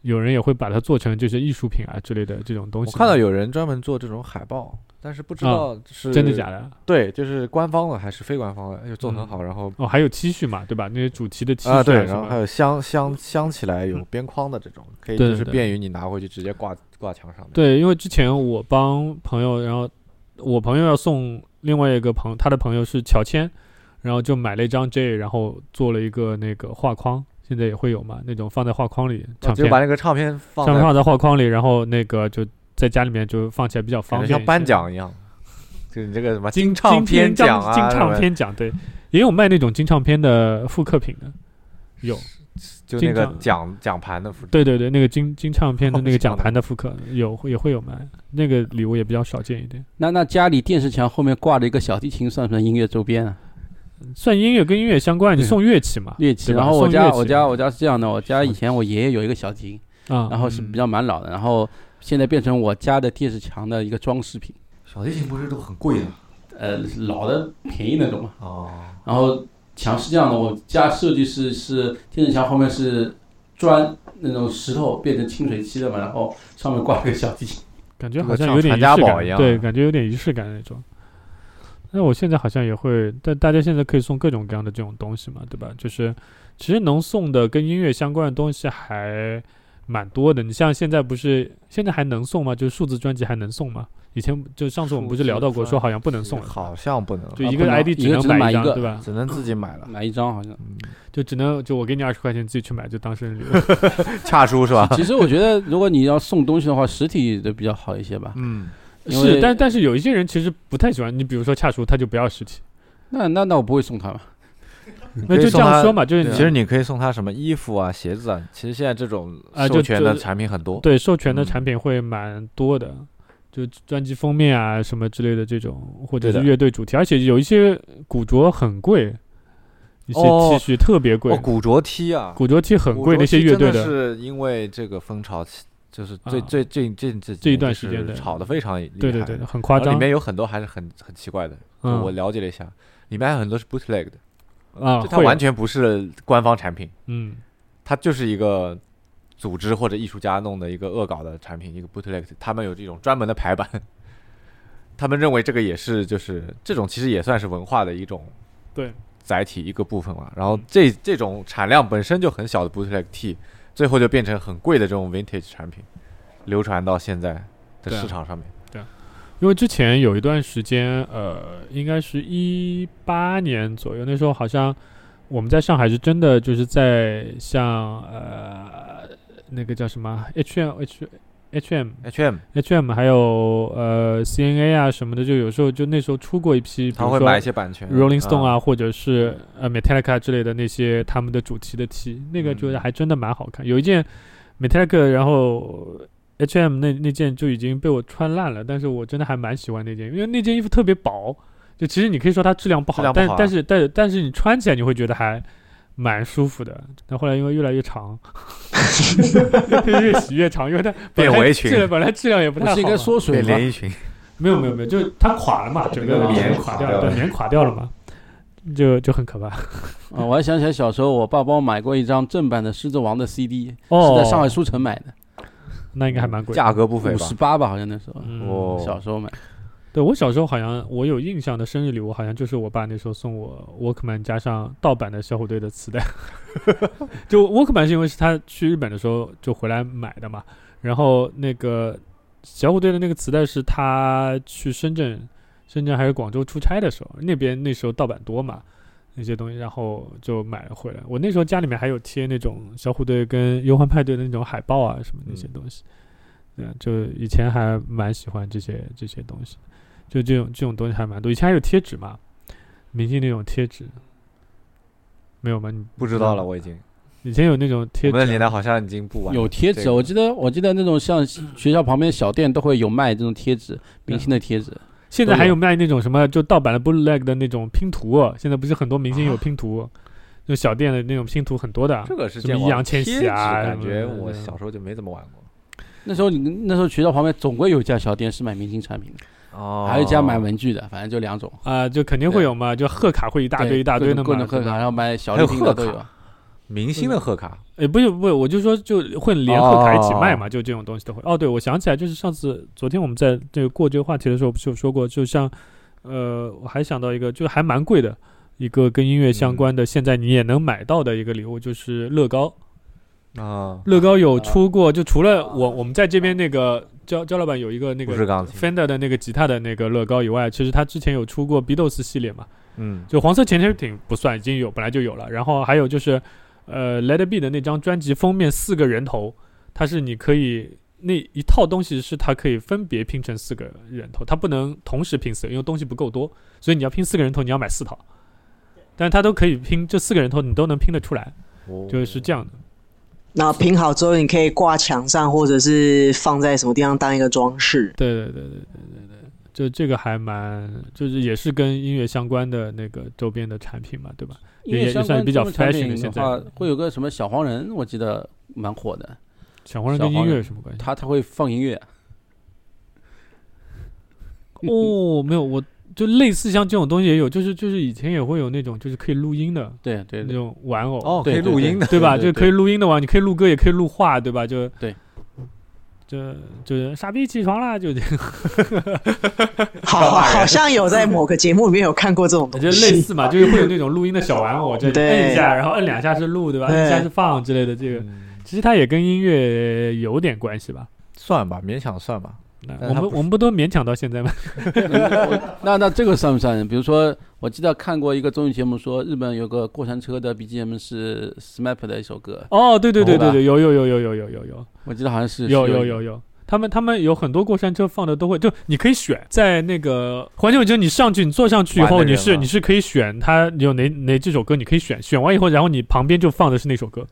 B: 有人也会把它做成就是艺术品啊之类的这种东
A: 我
B: 西。
A: 看到有人专门做这种海报，但是不知道是
B: 真的假的？
A: 对，就是官方的还是非官方的，哎又做得很好，然后
B: 哦，还有 T 恤嘛，对吧？那些主题的 T 恤
A: 啊嗯对，
B: 什
A: 然后
B: 么
A: 还有镶镶镶起来有边框的这种，可以
B: 对
A: 就是
B: 对
A: 便于你拿回去直接挂挂墙上面。
B: 对，因为之前我帮朋友，然后我朋友要送另外一个朋他的朋友是乔迁，然后就买了一张 J，然后做了一个那个画框，现在也会有嘛，那种放在画框里
A: 啊，
B: 唱
A: 就
B: 片，
A: 把那个唱片放
B: 唱片
A: 在
B: 放在画框里，然后那个就在家里面就放起来比较
A: 感
B: 方
A: 觉
B: 便，
A: 像颁。奖一样，就你这个什么金唱
B: 金
A: 片
B: 金
A: 奖啊，
B: 金
A: 什
B: 唱
A: 么
B: 片奖对，也有卖那种金唱片的复刻品的，有，
A: 就那个
B: 金唱
A: 奖奖盘的复制。
B: 对对对，那个金金唱片的那
A: 我
B: 个
A: 知道
B: 奖盘的复刻有也会有卖，那个礼物也比较少见一点。
C: 那那家里电视墙后面挂着一个小提琴，算不算音乐周边啊？
B: 算音乐跟音乐相关，你
C: 对
B: 送乐器嘛，
C: 乐器。啊
B: 对吧
C: 然后我
B: 送
C: 家
B: 乐器
C: 我家我家是这样的，我家以前我爷爷有一个小提琴，
B: 啊，
C: 然后是
A: 嗯
C: 比较蛮老的，然后现在变成我家的电视墙的一个装饰品，
A: 小提琴不是都很贵的
C: 呃，老的便宜那种嘛。
A: 哦，
C: 然后墙是这样的，我家设计是是电视墙后面是砖那种石头变成清水漆的嘛，然后上面挂了个小提琴。
B: 嗯感觉
A: 这个
B: 好像
A: 像
B: 有点
A: 传
B: 仪
A: 家
B: 式
A: 宝
B: 感
A: 一样
B: 对，
A: 啊
B: 感觉有点仪式感那种。那我现在好像也会，但大家现在可以送各种各样的这种东西嘛，对吧？就是其实能送的跟音乐相关的东西还蛮多的。你像现在不是现在还能送吗？就是数字专辑还能送吗？以前就上次我们不是聊到过，说好像不能送了，
A: 好像不能，
B: 就
C: 啊
B: 一
C: 不
B: 个
C: 能
B: ID
C: 一个只能
B: 买
C: 买一
B: 张，
C: 个
B: 对吧？
A: 只能自己买 了。
C: 买一张好像。
B: 就只能就我给你二十块钱，自己去买，就当生 日礼物。
A: 恰叔是吧？
C: 其实我觉得，如果你要送东西的话，实体的比较好一些吧。
A: 嗯，
C: 因为
B: 是，但但是有一些人其实不太喜欢，你比如说恰叔，他就不要实体，
C: 那那那我不会送他嘛。
A: 嗯
B: 那就这样说嘛，就是
A: 其
B: 你
A: 实你可以送他什么衣服啊、鞋子啊。其实现在这种
B: 啊就
A: 授权的
B: 就
A: 产品很多，
B: 对授权的
A: 嗯
B: 产品会蛮多的，就专辑封面啊什么之类的这种，或者
A: 对的
B: 是乐队主题，而且有一些古着很贵，一些
A: 哦
B: T 恤特别贵，
A: 哦，古着 T 啊，
B: 古着 T 很
A: 古
B: 贵，
A: 着
B: 那些
A: T
B: 乐队
A: 真的是因为这个风潮起，就是最
B: 啊
A: 最最近这
B: 这
A: 这
B: 一段时间的
A: 炒的非常厉害，
B: 对对对，很夸
A: 然后
B: 张，
A: 里面有很多还是很很奇怪的，就
B: 嗯
A: 我了解了一下，里面还有很多是 bootleg 的，
B: 啊
A: 就它
B: 会
A: 完全不是官方产品，
B: 嗯
A: 它就是一个组织或者艺术家弄的一个恶搞的产品，一个 bootleg，他们有这种专门的排版， 他们认为这个也是就是这种其实也算是文化的一种
B: 对
A: 载体一个部分嘛。然后这这种产量本身就很小的 bootleg T，最后就变成很贵的这种 vintage 产品，流传到现在的
B: 对啊
A: 市场上面。
B: 因为之前有一段时间，呃，应该是一八年左右，那时候好像我们在上海是真的就是在像呃那个叫什么啊 H M H H M
A: H&M
B: H M 还有呃 C N A 啊什么的，就有时候就那时候出过一批，比
A: 他
B: 如
A: 会
B: 说
A: 买一些版权
B: Rolling Stone 啊，，或者是呃 Metallica 之类的那些他们的主题的 T，那个
A: 嗯
B: 就是还真的蛮好看。有一件 Metallica，然后 H M 那那件就已经被我穿烂了，但是我真的还蛮喜欢那件，因为那件衣服特别薄，就其实你可以说它质量不好，
A: 质量不
B: 但
A: 好啊
B: 但是但但是你穿起来你会觉得还蛮舒服的。但后来因为越来 越长， 越洗越长，因为它本来
A: 变围裙
B: 质量本来质量也不太
C: 不
B: 好嘛，
C: 是应该缩水
A: 变
C: 吗？
A: 连衣裙，
B: 没有没有没有，就是它垮了嘛，整个
A: 棉
B: 棉
A: 垮
B: 垮掉
A: 掉
B: 了，
A: 了
B: 对，棉垮掉了嘛，就就很可怕。
C: 啊，我还想起来小时候我爸帮我买过一张正版的《狮子王》的 CD，
B: 哦，
C: 是在上海书城买的，
B: 那应该还蛮贵的。
A: 价格不菲
C: 五
A: 吧
C: 十？八吧，好像那时候。
B: 嗯
A: 哦，
C: 小时候买，
B: 对我小时候好像我有印象的生日礼物，好像就是我爸那时候送我 Walkman 加上盗版的小虎队的磁带。就 Walkman 是因为是他去日本的时候就回来买的嘛，然后那个小虎队的那个磁带是他去深圳、深圳还是广州出差的时候，那边那时候盗版多嘛。那些东西，然后就买了回来。我那时候家里面还有贴那种小虎队跟忧欢派对的那种海报啊，什么那些东西。对啊，就以前还蛮喜欢这些这些东西。就这种这种东西还蛮多。以前还有贴纸嘛，明星那种贴纸，没有吗？你
A: 不知道了，。我已经。
B: 以前有那种
A: 我
B: 贴
A: 们的年
B: 纸，
A: 代好像已经不玩了。
C: 有贴
A: 这
C: 纸，
A: 个
C: 我记得我记得那种像学校旁边小店都会有卖这种贴纸，明星的贴纸。
B: 现在还有卖那种什么就盗版的 bootleg 的那种拼图，啊
C: 嗯
B: 现在不是很多明星有拼图，就小店的那种拼图很多的啊。
A: 这个是
B: 什么
A: 见
B: 易
A: 过
B: 烊千
A: 贴
B: 玺
A: 纸
B: 啊，
A: 感觉
B: 什么的
A: 我小时候就没怎么玩过。
C: 那时候你那时候学校旁边总归有一家小店是卖明星产品的，
A: 哦
C: 还有一家买文具的，反正就两种。
B: 啊、就肯定会有嘛，就贺卡会一大
C: 对
B: 堆一大堆的嘛，
C: 各种各种贺
B: 对吧
C: 卡，然后买小
A: 还
C: 礼
A: 有
C: 品的
A: 贺
C: 都
A: 卡
C: 有。
A: 明星的贺卡，
B: 哎，不是不是，我就说就会连贺卡一起卖嘛，就这种东西都会。哦，对，我想起来，就是上次昨天我们在这个过这个话题的时候，不是有说过，就像呃，我还想到一个，就还蛮贵的一个跟音乐相关的，现在你也能买到的一个礼物，就是乐高。
A: 啊，
B: 乐高有出过，就除了我我们在这边那个焦焦老板有一个那
A: 不是
B: 个
A: 钢琴，
B: Fender 的那个吉他的那个乐高以外，其实他之前有出过 Beatles 系列嘛。
A: 嗯，
B: 就黄色潜水艇不算，已经有本来就有了。然后还有就是，呃，Let It Be 的那张专辑封面四个人头，它是你可以那一套东西是它可以分别拼成四个人头，它不能同时拼四个，因为东西不够多，所以你要拼四个人头，你要买四套。但是它都可以拼，这四个人头你都能拼得出来，
A: 哦
B: 就是这样的。
F: 那拼好之后，你可以挂墙上，或者是放在什么地方当一个 装饰。
B: 对对对对对对对，就这个还蛮，就是也是跟音乐相关的那个周边的产品嘛，对吧？
C: 因
B: 也
C: 为
B: 也
C: 相
B: 算
C: 关
B: 比较
C: 中文产
B: fashion
C: 品
B: 现
C: 的
B: 在
C: 话，会有个什么小黄人，我记得蛮火的。
B: 小黄人跟
C: 小黄
B: 音乐
C: 人
B: 有什么关系？
C: 他他会放音乐，
B: 哦，没有，我就类似像这种东西也有，就是就是以前也会有那种就是可以录音的
C: 对对
B: 那
C: 对，
B: 种玩偶，
A: 哦，可
C: 对
A: 以
C: 对
A: 录音的，
B: 对吧？
C: 对对
B: 就可以录音的玩偶，你可以录歌，也可以录画，对吧？就
C: 对，
B: 就就是傻逼起床啦，就这个，
F: 好，好像有在某个节目里面有看过这种
B: 就
F: 东
B: 类
F: 西。
B: 似嘛，就是会有那种录音的小玩偶，这
F: 对
B: 摁一下，然后摁两下是录，对吧？
F: 对
B: 摁一下是放之类的。这个
A: 嗯
B: 其实它也跟音乐有点关系吧。
A: 算吧，勉强算吧。
B: 那
A: 但
B: 我
A: 它
B: 们
A: 不
B: 我们不都勉强到现在吗？
C: 那那这个算不算？比如说，我记得看过一个综艺节目，说日本有个过山车的 BGM 是 SMAP 的一首歌，
B: 哦，对对对
C: 好
B: 对
C: 吧
B: 对，有有有有有有有有。
C: 我记得好像是
B: 有
C: 是
B: 有有有，他们他们有很多过山车放的都会，就你可以选在那个环球影城，你上去你坐上去以
A: 玩
B: 后，
A: 的
B: 你
A: 人
B: 是
A: 吗
B: 你是可以选它有哪哪几首歌，你可以选，选完以后，然后你旁边就放的是那首歌。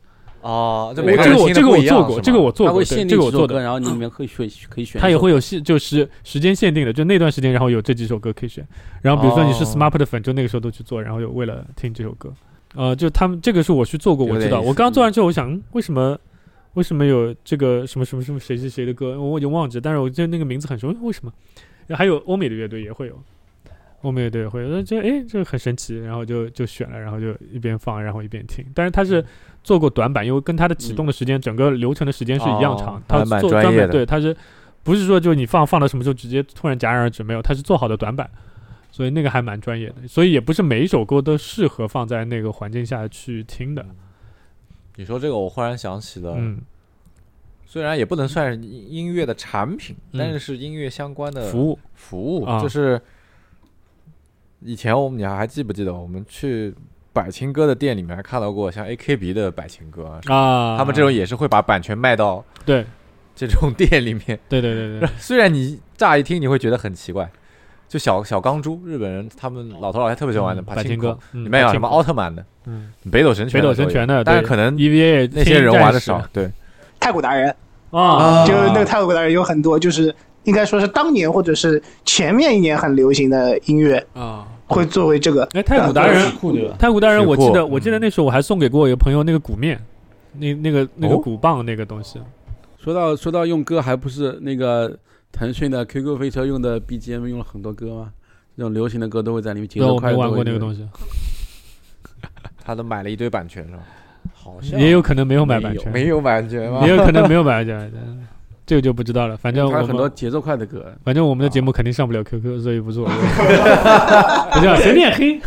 A: 哦，
B: 我
A: 这每
B: 这
A: 个人
B: 个我
A: 听
B: 这
A: 的
B: 个
A: 不
B: 我
A: 一样
B: 做过，这个我做
C: 他
B: 过，
C: 会
B: 对
C: 限
B: 这
C: 定
B: 个
C: 几
B: 我做
C: 首歌，
B: 的，
C: 然后你里面可以选可以选一首歌，
B: 它也会有限就时时间限定的，就那段时间，然后有这几首歌可以选。然后比如说你是
A: 哦
B: SMAP 的粉，就那个时候都去做，然后有为了听这首歌，呃，就他们这个是我去做过，
A: 有
B: 我知
A: 点
B: 道，
A: 意
B: 我
A: 思
B: 刚做完之后，我想、嗯为什么。为什么有这个什么什么什么谁谁谁的歌，我已经忘记了，但是我记得那个名字很熟，为什么？还有欧美的乐队也会有，欧美乐队也会有，那这哎这很神奇，然后就就选了，然后就一边放然后一边听，但是它
A: 嗯
B: 是做过短板，因为跟它的启动的时间、整个流程的时间是一样长，
A: 哦
B: 它
A: 短板
B: 做
A: 专
B: 专
A: 业
B: 门
A: 的
B: 对它是不是说就你放放到什么时候直接突然戛然而止没有，它是做好的短板。所以那个还蛮专业的，所以也不是每一首歌都适合放在那个环境下去听的。
A: 你说这个，我忽然想起了，
B: 嗯，
A: 虽然也不能算是音音乐的产品，
B: 嗯
A: 但是是音乐相关的
B: 服务
A: 服务
B: 啊，
A: 就是以前我们你还记不记得我们去百情歌的店里面还看到过像 AKB 的百情歌，
B: 啊，
A: 他们这种也是会把版权卖到
B: 对
A: 这种店里面。
B: 对对 对对，
A: 虽然你乍一听你会觉得很奇怪，就小小钢珠，日本人他们老头老太特别喜欢玩的
B: 百
A: 帕
B: 金
A: 金
B: 哥，
A: 里
B: 里
A: 面有什么奥特曼的、
B: 嗯
A: 北斗神拳
B: 北
A: 的都
B: 斗
A: 有、
B: 神拳的，
A: 但是
B: 对 E
A: 可能
B: EVA
A: 那些人玩的
B: 天
A: 少
B: 战士，
A: 对，
F: 太古达人
B: 啊
E: 就那个泰国的有很多，就是应该说是当年或者是前面一年很流行的音乐，
C: 啊，
E: 会作为这个。
B: 哎太古达人
E: 嗯
C: 酷对吧？
B: 太古大人，
A: 水
B: 我记
A: 库
B: 得我记得那时候我还送给过我一个朋友那个鼓面，那那个那个
A: 哦
B: 鼓棒那个东西，
C: 说到说到用歌，还不是那个腾讯的 QQ 飞车用的 BGM 用了很多歌吗？这种流行的歌都会在里面节
B: 对，
C: 奏
B: 我
C: 快
B: 没
C: 的
B: 玩
C: 都
B: 过
C: 会
B: 那个
C: 有
B: 东西，
A: 他都买了一堆版权是吧？
C: 好像
B: 也有可能没有买版
C: 没有
B: 权，
A: 没有版权吗
D: 啊
B: 也？有可能没有买版权，这个就不知道了。反正
C: 它
B: 我
C: 有很多
B: 们
C: 节奏快的歌，
B: 反正我们的节目肯定上不了 QQ，所以不做，不叫随便黑，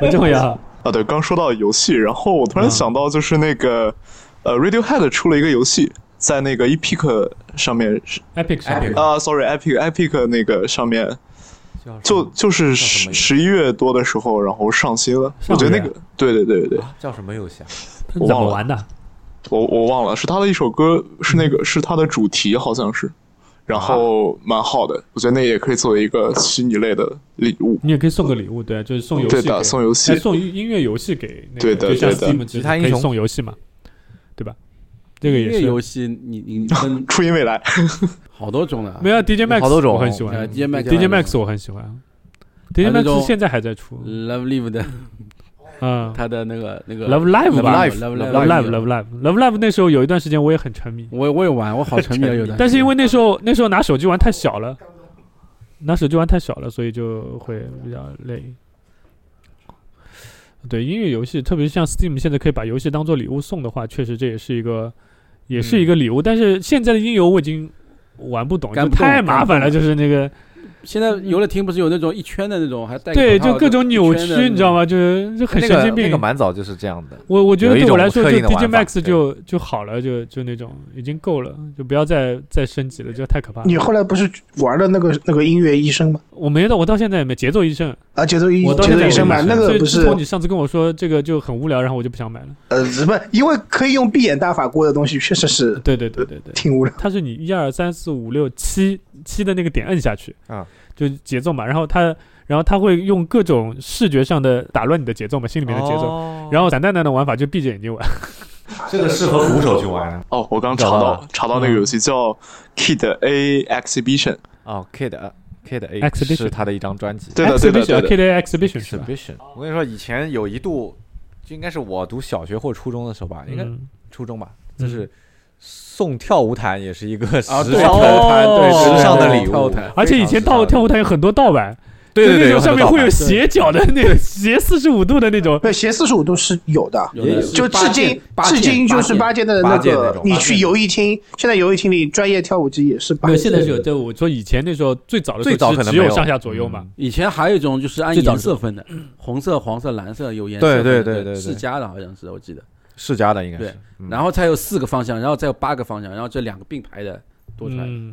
B: 不重要。
D: 啊，对，刚说到游戏，然后我突然
B: 嗯
D: 想到就是那个，呃，Radiohead 出了一个游戏，在那个 Epic 上面是
B: Epic 上面
D: 啊，sorry，Epic Epic 那个上面
A: 叫什
D: 就
A: 么
D: 就是
A: 什
D: 十
A: 么
D: 十一月多的时候，然后上新了。
B: 上
D: 我觉得那
B: 个月
D: 个，对对对对对，
A: 啊叫什么游戏啊？
B: 它怎么玩的？
D: 我我忘了是他的一首歌，是那
B: 嗯
D: 个是他的主题好像是，然
B: 啊
D: 后蛮好的，我觉得那也可以作为一个虚拟类的礼物。
B: 你也可以送个礼物，对，啊就是送游戏
D: 对
B: 给，
D: 的，送游戏
B: 哎送音乐游戏给那个，
D: 对的
B: 就像
D: 对的
B: Steam 其
A: 吉
B: 实
A: 他英
B: 可以
A: 雄
B: 送游戏嘛，对吧？这个
C: 音
B: 也
C: 乐游
B: 是，
C: 戏你你分
D: 初音未来，
C: 好多种了
B: 没，有啊 DJ Max
A: 啊好多种
B: 我很喜欢
C: 呃 DJ Max
B: DJ Max 我很喜欢
C: 还
B: ，DJ
C: 有那种
B: Max 现在还在出，
C: Love Live 的
B: 嗯
C: 他的那个那个
B: Love Live 吧
C: Live Love
B: ，Love Live Love Live Love Live 那时候有一段时间我也很沉迷，
C: 我我也玩，我好沉迷啊，有的。
B: 但是因为那时候那时候拿手机玩太小了，拿手机玩太小了，所以就会比较累。对音乐游戏，特别是像 Steam 现在可以把游戏当做礼物送的话，确实这也是一个也是一个礼物。但是现在的音游我已经玩不懂，
C: 干
B: 就
C: 不动
B: 太麻烦
C: 干
B: 了，
C: 不
B: 就
C: 动
B: 是那个
C: 现在游乐厅不是有那种一圈的那种，还带
B: 对，
C: 口号
B: 就各种
C: 的
B: 扭
C: 一圈的
B: 曲，你知道吗？就是就很
A: 那
B: 神
A: 个
B: 经病。
A: 那个蛮早就是这样的，
B: 我我觉得
A: 有一
B: 对我
A: 种
B: 来说，就
A: 特定的
B: DJ
A: 玩法
B: Max 就就好了，就就那种已经够了，就不要再再升级了，就太可怕了。
E: 你后来不是玩了那个那个音乐医生吗？
B: 我没到，我到现在也没节奏医生，
E: 啊，节奏医
B: 我到
E: 节
B: 现
E: 奏
B: 在
E: 医生
B: 买
E: 版那个不是
B: 自从你上次跟我说这个就很无聊，然后我就不想买了。
E: 呃，不是，因为可以用闭眼大法锅的东西，确实是
B: 对对对对对，
E: 挺无聊。
B: 它是你一二三四五六七七的那个点摁下去
A: 啊，
B: 就节奏嘛，然后它然后它会用各种视觉上的打乱你的节奏嘛，心里面的节奏。
A: 奏
C: 哦
B: 然后散蛋蛋的玩法就闭着眼睛玩，
A: 这个适合鼓手去玩啊
D: 哦，我刚查
A: 找到
D: 到
A: 了
D: 查到那
B: 嗯
D: 个游戏叫 Kid A Exhibition，
A: 哦，Kid 呃 Kid A
B: Exhibition
A: 是他的一张专辑。
D: 对的对的对
B: Exhibition
D: 的
B: K D Exhibition 是吧？
A: Exhibition，我跟你说，以前有一度，就应该是我读小学或初中的时候吧，应该
B: 嗯，
A: 初中吧，
B: 嗯
A: 就是送跳舞毯也是一个时
C: 啊，
A: 尚
C: 对，
A: 的、
C: 跳舞毯
B: 哦
C: 对
A: 时尚的礼
C: 跳舞
A: 物，
C: 毯
B: 而且以前跳跳舞台有很多盗版，
A: 对对
B: 就
A: 对，
B: 那种
A: 很
B: 上面
A: 多
B: 会有
A: 盗版
B: 斜角的那个斜四十五度的那种，
E: 对，斜四十五度是有的，
C: 有的
E: 就至今
C: 八件
E: 至今就是
C: 八
E: 八
C: 件
E: 戒的那
A: 八戒那
E: 个
A: 种，
E: 你
A: 八
E: 去
C: 戒
E: 游艺厅，现在游艺厅里专业跳舞机也是八
B: 没
E: 戒
B: 有，
E: 的。
B: 现在是有。就我说以前那时候最早的时候
A: 最早
B: 其实
A: 可能没
B: 只有嗯
A: 有嗯
B: 上下左右嘛。
C: 以前还有一种就是按
B: 最早
C: 颜
B: 是
C: 色分的，红色、黄色、蓝色有颜色分的，
A: 对对对对对
C: 世家的好像是我记得，
A: 世家的应该
C: 对
A: 是，嗯
C: 然后才有四个方向，然后再有八个方向，然后这两个并排的多出来。
B: 嗯，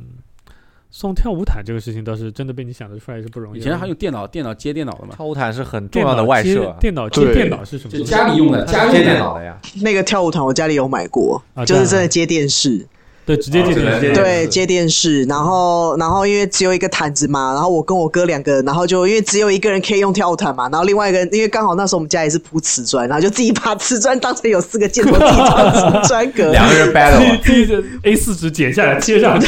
B: 送跳舞毯这个事情倒是真的被你想得出来也是不容易
C: 以
B: 的。
C: 前还用电脑，电脑接电脑的嘛，
A: 跳舞毯是很重
B: 电
A: 要
B: 脑
A: 的外
B: 接
A: 设，啊
B: 电脑接
D: 对
B: 电脑是什么
C: 就
B: 东西？
C: 家里用的，家
A: 它是
C: 里
A: 接
C: 用的
A: 电脑的呀，
F: 那个跳舞毯我家里有买过，
B: 啊
F: 就是
B: 这
F: 真
B: 样啊
F: 的接电视，
B: 对，直接接
A: 只能
B: 电
A: 接电
B: 脑。
F: 对，
A: 视
F: 接电视。然后，然后因为只有一个毯子嘛，然后我跟我哥两个人，然后就因为只有一个人可以用跳舞毯嘛，然后另外一个人，因为刚好那时候我们家也是铺瓷砖，然后就自己把瓷砖当成有四个箭头，自己当瓷砖格。
A: 两个人 battle 啊
B: 自己自己 A 四纸剪下来贴上去，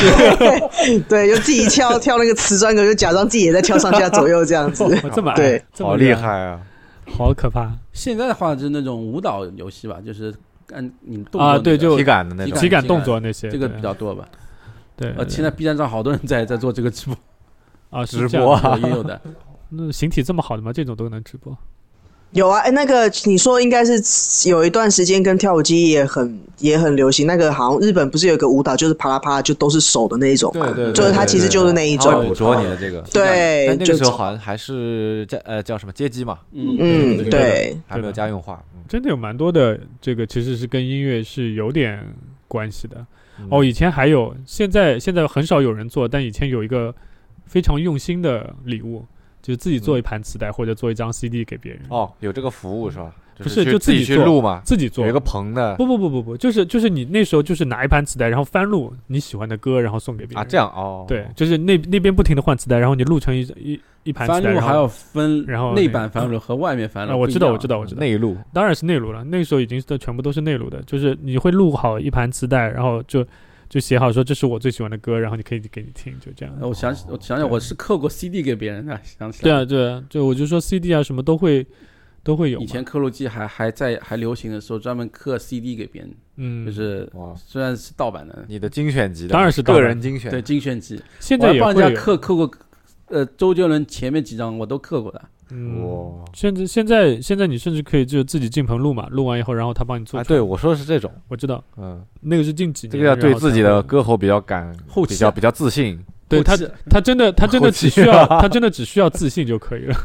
F: 对，就自己跳跳那个瓷砖格，就假装自己也在跳上下左右这样子。
B: 我哦这么矮
F: 对，
B: 这么
A: 好厉
B: 远，
A: 害啊！
B: 好可怕
C: 现在的话就是那种舞蹈游戏吧，就是按你们动作
B: 啊！
C: 那个
B: 对，就
A: 体感的那
C: 体
A: 种
B: 体感
C: 体感
B: 动作那些，
C: 这个
B: 对
C: 比较多吧。
B: 对。
C: 呃，
B: 对
C: 现在 B 站上好多人在在做这个直播，
B: 啊，是
A: 直
B: 这样
A: 播
B: 的
A: 啊
C: 也有 的。
B: 那形体这么好的吗？这种都能直播？
F: 有啊，哎，那个你说应该是有一段时间跟跳舞机也很也很流行，那个好像日本不是有个舞蹈就是啪啦啪啦，就都是手的那一种嘛，
A: 对对对
F: 就是它其实就是那一
A: 它
F: 种
A: 会，捕哦捉你的这个，
F: 对，
A: 但那
F: 就
A: 个时候好像还是叫呃叫什么街机嘛，
C: 嗯
F: 嗯
B: 对，
F: 对，
A: 还没有家用化。嗯
B: 真的有蛮多的，这个其实是跟音乐是有点关系的。
A: 嗯
B: 哦，以前还有，现在现在很少有人做，但以前有一个非常用心的礼物，就是自己做一盘磁带、或者做一张 CD 给别人，
A: 嗯哦，有这个服务是吧？
B: 不是
A: 是去
B: 就自
A: 自
B: 己
A: 去
B: 做
A: 录嘛，
B: 自己做
A: 有一。个棚的
B: 不不不不不，就是就是你那时候就是拿一盘磁带，然后翻录你喜欢的歌，然后送给别人
A: 啊，这。样哦，
B: 对，就是那那边不停的换磁带，然后你录成一一一盘磁
C: 翻
B: 带，
C: 录
B: 然
C: 还
B: 后
C: 要分，
B: 然后那
C: 内
B: 个
C: 版翻录和外面翻
B: 啊，
C: 录。
B: 我知道
C: 不一样
B: 我知道我知道，
A: 内录
B: 当然是内录了，那个时候已经是全部都是内录的，就是你会录好一盘磁带，然后就就写好说这是我最喜欢的歌，然后你可以给你听，就这样。
C: 呃我想起，我想想，我是刻过 CD 给别人的，哎想起
B: 对
C: 来了。
B: 啊，对啊，就我就说 CD 啊什么都会都会有嘛。
C: 以前刻录机还还在还流行的时候，专门刻 CD 给别人，
B: 嗯，
C: 就是
A: 哇，
C: 虽然是盗版的，
A: 你的精选集的
B: 当然是盗版
A: 个人精选，
C: 对精选集，
B: 现
C: 我
B: 在
C: 还
B: 也
C: 帮
B: 会
C: 人
B: 有
C: 家刻刻过，呃，周杰伦前面几张我都刻过的。
B: 嗯。
A: 哇
B: 现在现在现在你甚至可以就自己进棚录嘛，录完以后然后他帮你做
A: 啊，
B: 出来。
A: 对我说的是这种，
B: 我知道
A: 嗯，
B: 那个是近几年，
A: 这个要对
B: 然后啊才
A: 自己的
B: 会
A: 歌喉比较感，
C: 后期
A: 比较比较自 信，
B: 对他
C: 后期
B: 他真的他真的
A: 后
B: 只
A: 期
B: 需要他真的只需要自信就可以了，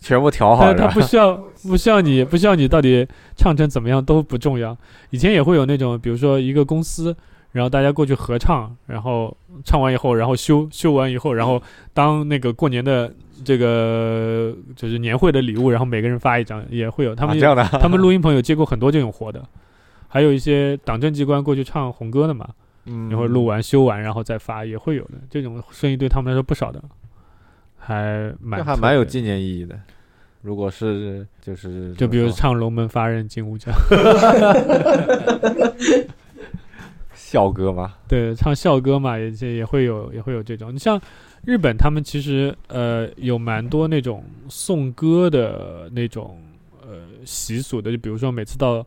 A: 全部调好
B: 他
A: 是
B: 他
A: 吧
B: 不？需要不需要你不需要你到底唱成怎么样都不重要。以前也会有那种，比如说一个公司，然后大家过去合唱，然后唱完以后，然后修修完以后，然后当那个过年的这个就是年会的礼物，然后每个人发一张，也会有他们
A: 啊
B: 也
A: 这样的，
B: 他们录音棚有接过很多这种活的，还有一些党政机关过去唱红歌的嘛，
A: 嗯
B: 然后录完修完然后再发也会有的，这种生意对他们来说不少的，还蛮
A: 这还蛮有
B: 劲。
A: 纪念意义的。如果是就是
B: 就比如
A: 怎么说
B: 唱《龙门发人金乌江》，
A: 校歌嘛，
B: 对，唱校歌嘛，也也也会有也会有这种。你像日本，他们其实呃有蛮多那种颂歌的那种呃习俗的，就比如说每次到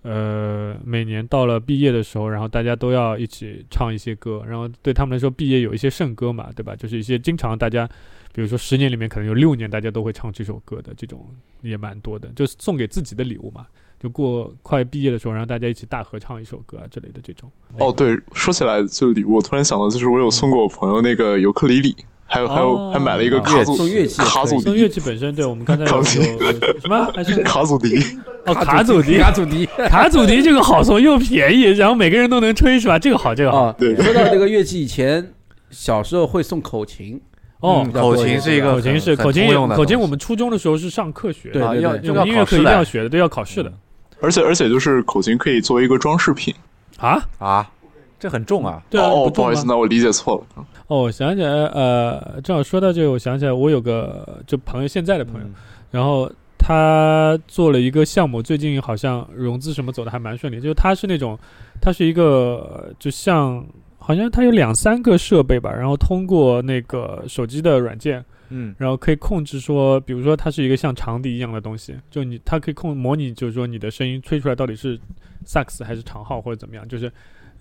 B: 呃每年到了毕业的时候，然后大家都要一起唱一些歌，然后对他们来说，毕业有一些圣歌嘛，对吧？就是一些经常大家，比如说十年里面可能有六年大家都会唱这首歌的，这种也蛮多的，就是送给自己的礼物嘛。就过快毕业的时候，然后大家一起大合唱一首歌啊之类的这种。
D: 哦，对，说起来就礼物，我突然想到，就是我有送过我朋友那个尤克里里，还有还有
B: 哦
D: 还买了一个卡
A: 乐
D: 祖
A: 器
C: 送乐器也
D: 卡
C: 可以
D: 祖
B: 送
D: 笛
B: 乐，器本身，对我们刚才有
D: 搞
B: 有
D: 定
B: 有什么还 哎是
D: 卡祖笛，
B: 哦卡祖笛，
C: 卡祖笛。
B: 卡祖笛这个好送又便宜，然后每个人都能吹是吧？这个好，这个
A: 哦
B: 好
C: 啊，
D: 对
C: 说到这个乐器，以前小时候会送口琴，
B: 哦
A: 嗯。
C: 较
A: 口
C: 多一
A: 琴
C: 些
A: 是一个
B: 口琴
A: 很
B: 是
A: 很
B: 口琴
A: 通
B: 也，
A: 用的
B: 口琴
A: 东
B: 我们初中的时候是上课学
C: 对
B: 的，
A: 啊
C: 对
A: 要
C: 对
B: 这
A: 要
B: 种音
A: 考
B: 乐课
A: 试嗯
B: 一定要
A: 来
B: 学的，对，要考试的
D: 而且而且就是口琴可以作为一个装饰品。
B: 啊。
A: 啊，这很重啊，
B: 对啊，
D: 哦，哦
B: 重
D: 不好意思，
B: 吗
D: 那我理解错了。
B: 哦，我想起来，呃，正好说到这个，我想起来，我有个就朋友，现在的朋友，
A: 嗯
B: 然后他做了一个项目，最近好像融资什么走的还蛮顺利。就是他是那种，他是一个呃就像好像他有两三个设备吧，然后通过那个手机的软件，
A: 嗯，
B: 然后可以控制说，比如说它是一个像长笛一样的东西，就你它可以控模拟，就是说你的声音吹出来到底是萨克斯还是长号或者怎么样，就是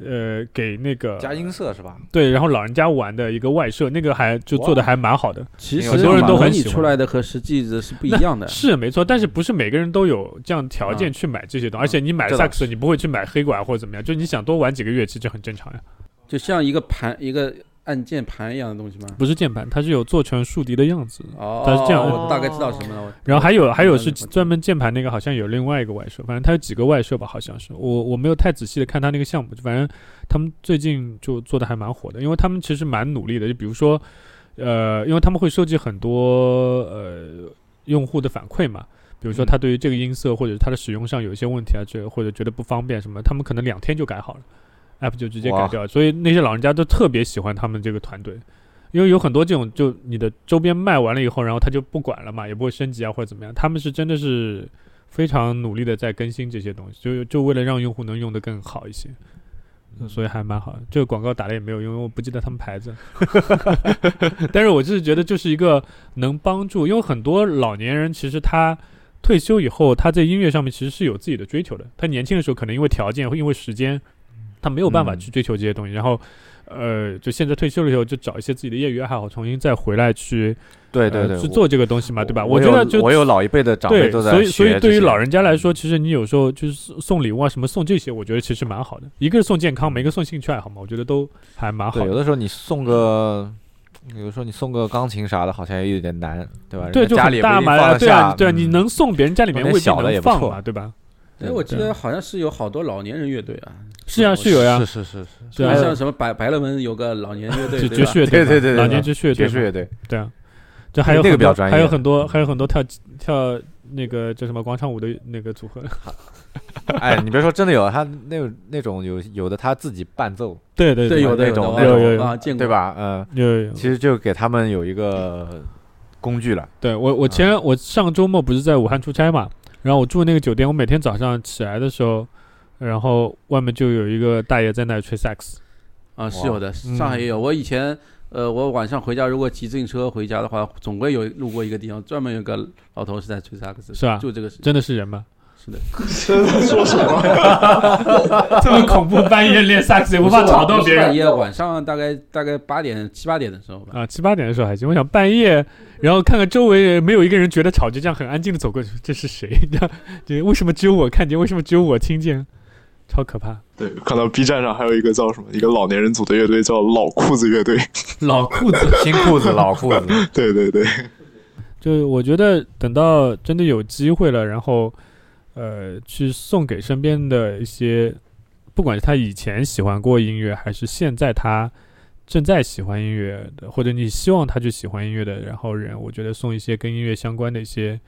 B: 呃给那个
A: 加音色是吧？
B: 对，然后老人家玩的一个外设，那个还就做的还蛮好的，
C: 其实
A: 很多人
C: 模
B: 都很
C: 拟
B: 喜欢
C: 出来的和实际的是不一样的。
B: 是没错，但是不是每个人都有这样条件去买这些东西，而且你买
A: 这倒
B: 萨克斯，你不会去买黑管或者怎么样，就你想多玩几个乐器，这很正常呀。啊
C: 就像一个盘一个按键盘一样的东西吗？
B: 不是键盘，它是有做成竖笛的样子，
C: 哦，
B: 它是这样
C: 我大概知道什么了。我
B: 然后还有还有是
C: 我知道
B: 专门键盘那个，好像有另外一个外设，反正它有几个外设吧，好像是我我没有太仔细的看它那个项目，反正他们最近就做的还蛮火的，因为他们其实蛮努力的，就比如说，呃，因为他们会收集很多呃用户的反馈嘛，比如
A: 嗯
B: 说他对于这个音色或者它的使用上有一些问题啊，这个或者觉得不方便什么，他们可能两天就改好了，app 就直接改
A: 哇
B: 掉了，所以那些老人家都特别喜欢他们这个团队。因为有很多这种，就你的周边卖完了以后，然后他就不管了嘛，也不会升级啊或者怎么样。他们是真的是非常努力的在更新这些东西，就就为了让用户能用得更好一些，嗯所以还蛮好的。这个广告打的也没有用，因为我不记得他们牌子。但是我就是觉得就是一个能帮助，因为很多老年人其实他退休以后，他在音乐上面其实是有自己的追求的。他年轻的时候可能因为条件，因为时间，他没有办法
A: 嗯
B: 去追求这些东西，然后。呃，就现在退休了以后，就找一些自己的业余爱好，重新再回来去
A: 对对
B: 呃
A: 对，
B: 去
A: 我
B: 做这个东西嘛，对吧？
A: 我
B: 觉
A: 有
B: 得就
A: 我有老一辈的长辈
B: 对，
A: 都在
B: 所以所以
A: 学
B: 对于
A: 这些嗯
B: 老人家来说，其实你有时候就是送送礼物啊，什么送这些，我觉得其实蛮好的。一个是送健康嘛，一个送兴趣爱好嘛，我觉得都还蛮好
A: 对，有
B: 的。
A: 的时候你送个，有的时候你送个钢琴啥的，好像也有点难，对吧？
B: 对，
A: 人
B: 就
A: 家家里
B: 很
A: 也不一
B: 大
A: 定
B: 嘛，
A: 放得
B: 对啊
A: 下，
B: 对啊，
A: 嗯
B: 你能送别人家里面
A: 弄点
B: 未必
A: 小的也
B: 能
A: 不
B: 放
A: 错
B: 嘛，对吧？
C: 哎，我记
B: 对啊
C: 得好像是有好多老年人乐队啊，
B: 是啊，是有呀
A: 是，是是是，
B: 对
C: 像
B: 啊，
C: 像什么白白乐门有个老年乐队，
B: 就
C: 对
B: 爵
C: 吧
B: 士乐队
A: 对
B: 嘛，
A: 对对对
B: 老
A: 对
B: 年爵士乐队
A: 爵
B: 嘛，
A: 士乐队，
B: 对啊，这还有
A: 那个
B: 很
A: 比较
B: 多
A: 专
B: 还有
A: 业
B: 很多还有很多跳跳那个叫什么广场舞的那个组合，
A: 哎，你别说，真的有他那那种有有的他自己伴奏，
B: 对对
C: 对，
B: 有
C: 有的
A: 那种
C: 的
B: 有有有
C: 啊，见过
A: 对？吧？嗯，
B: 有有
A: 其。实就给他们有一个工具了，
B: 对我，我
A: 嗯
B: 前、我上周末不是在武汉出差嘛，然后我住那个酒店，我每天早上起来的时候，然后外面就有一个大爷在那里吹萨克斯，
C: 啊，是有的，上海也有。我以前呃，我晚上回家如果骑自行车回家的话，总归有路过一个地方，专门有个老头是在吹萨克斯，
B: 是吧
C: 就这个事情，
B: 真的是人吗？
C: 是的。
D: 说什么？
B: 这么恐怖，半夜练萨克 斯也不怕吵到别
C: 半
B: 人
C: 夜晚上大概大概八点七八点的时候吧。
B: 啊？七八点的时候还行，我想半夜，然后看看周围没有一个人觉得吵，就这样很安静的走过去，这是谁？ 你知道，就为什么只有我看见？为什么只有我听见？超可怕！
D: 对，看到 B 站上还有一个叫什么，一个老年人组的乐队叫老裤子乐队。
A: 老裤子、新裤子、老裤子，
D: 对对对，
B: 就我觉得等到真的有机会了，然后呃，去送给身边的一些，不管是他以前喜欢过音乐，还是现在他正在喜欢音乐的，或者你希望他去喜欢音乐的，然后人，我觉得送一些跟音乐相关的一些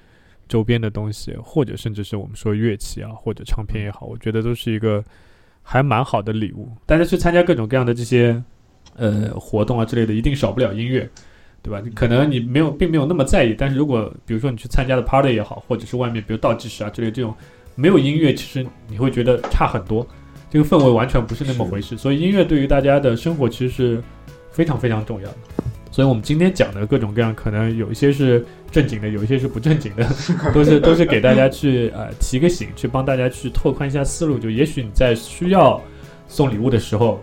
B: 周边的东西，或者甚至是我们说乐器啊，或者唱片也好，我觉得都是一个还蛮好的礼物。大家去参加各种各样的这些呃活动啊之类的，一定少不了音乐。对吧？你可能你没有，并没有那么在意，但是如果比如说你去参加的 party 也好，或者是外面比如倒计时啊之类这种没有音乐，其实你会觉得差很多，这个氛围完全不是那么回事。所以音乐对于大家的生活其实是非常非常重要的。所以我们今天讲的各种各样，可能有一些是正经的，有一些是不正经的，都是都是给大家去呃提个醒，去帮大家去拓宽一下思路。就也许你在需要送礼物的时候，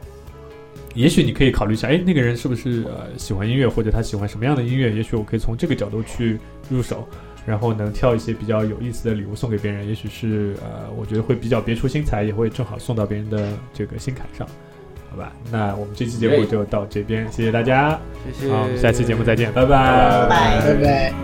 B: 也许你可以考虑一下，哎，那个人是不是呃喜欢音乐，或者他喜欢什么样的音乐？也许我呃可以从这个角度去入手，然后能挑一些比较有意思的礼物送给别人。也许是呃，我觉得会比较别出心裁，也会正好送到别人的这个心坎上，好吧？那我们这期节目就到这边，谢谢大家，
C: 谢谢
B: 好，我们下期节目再见，拜
E: 拜拜。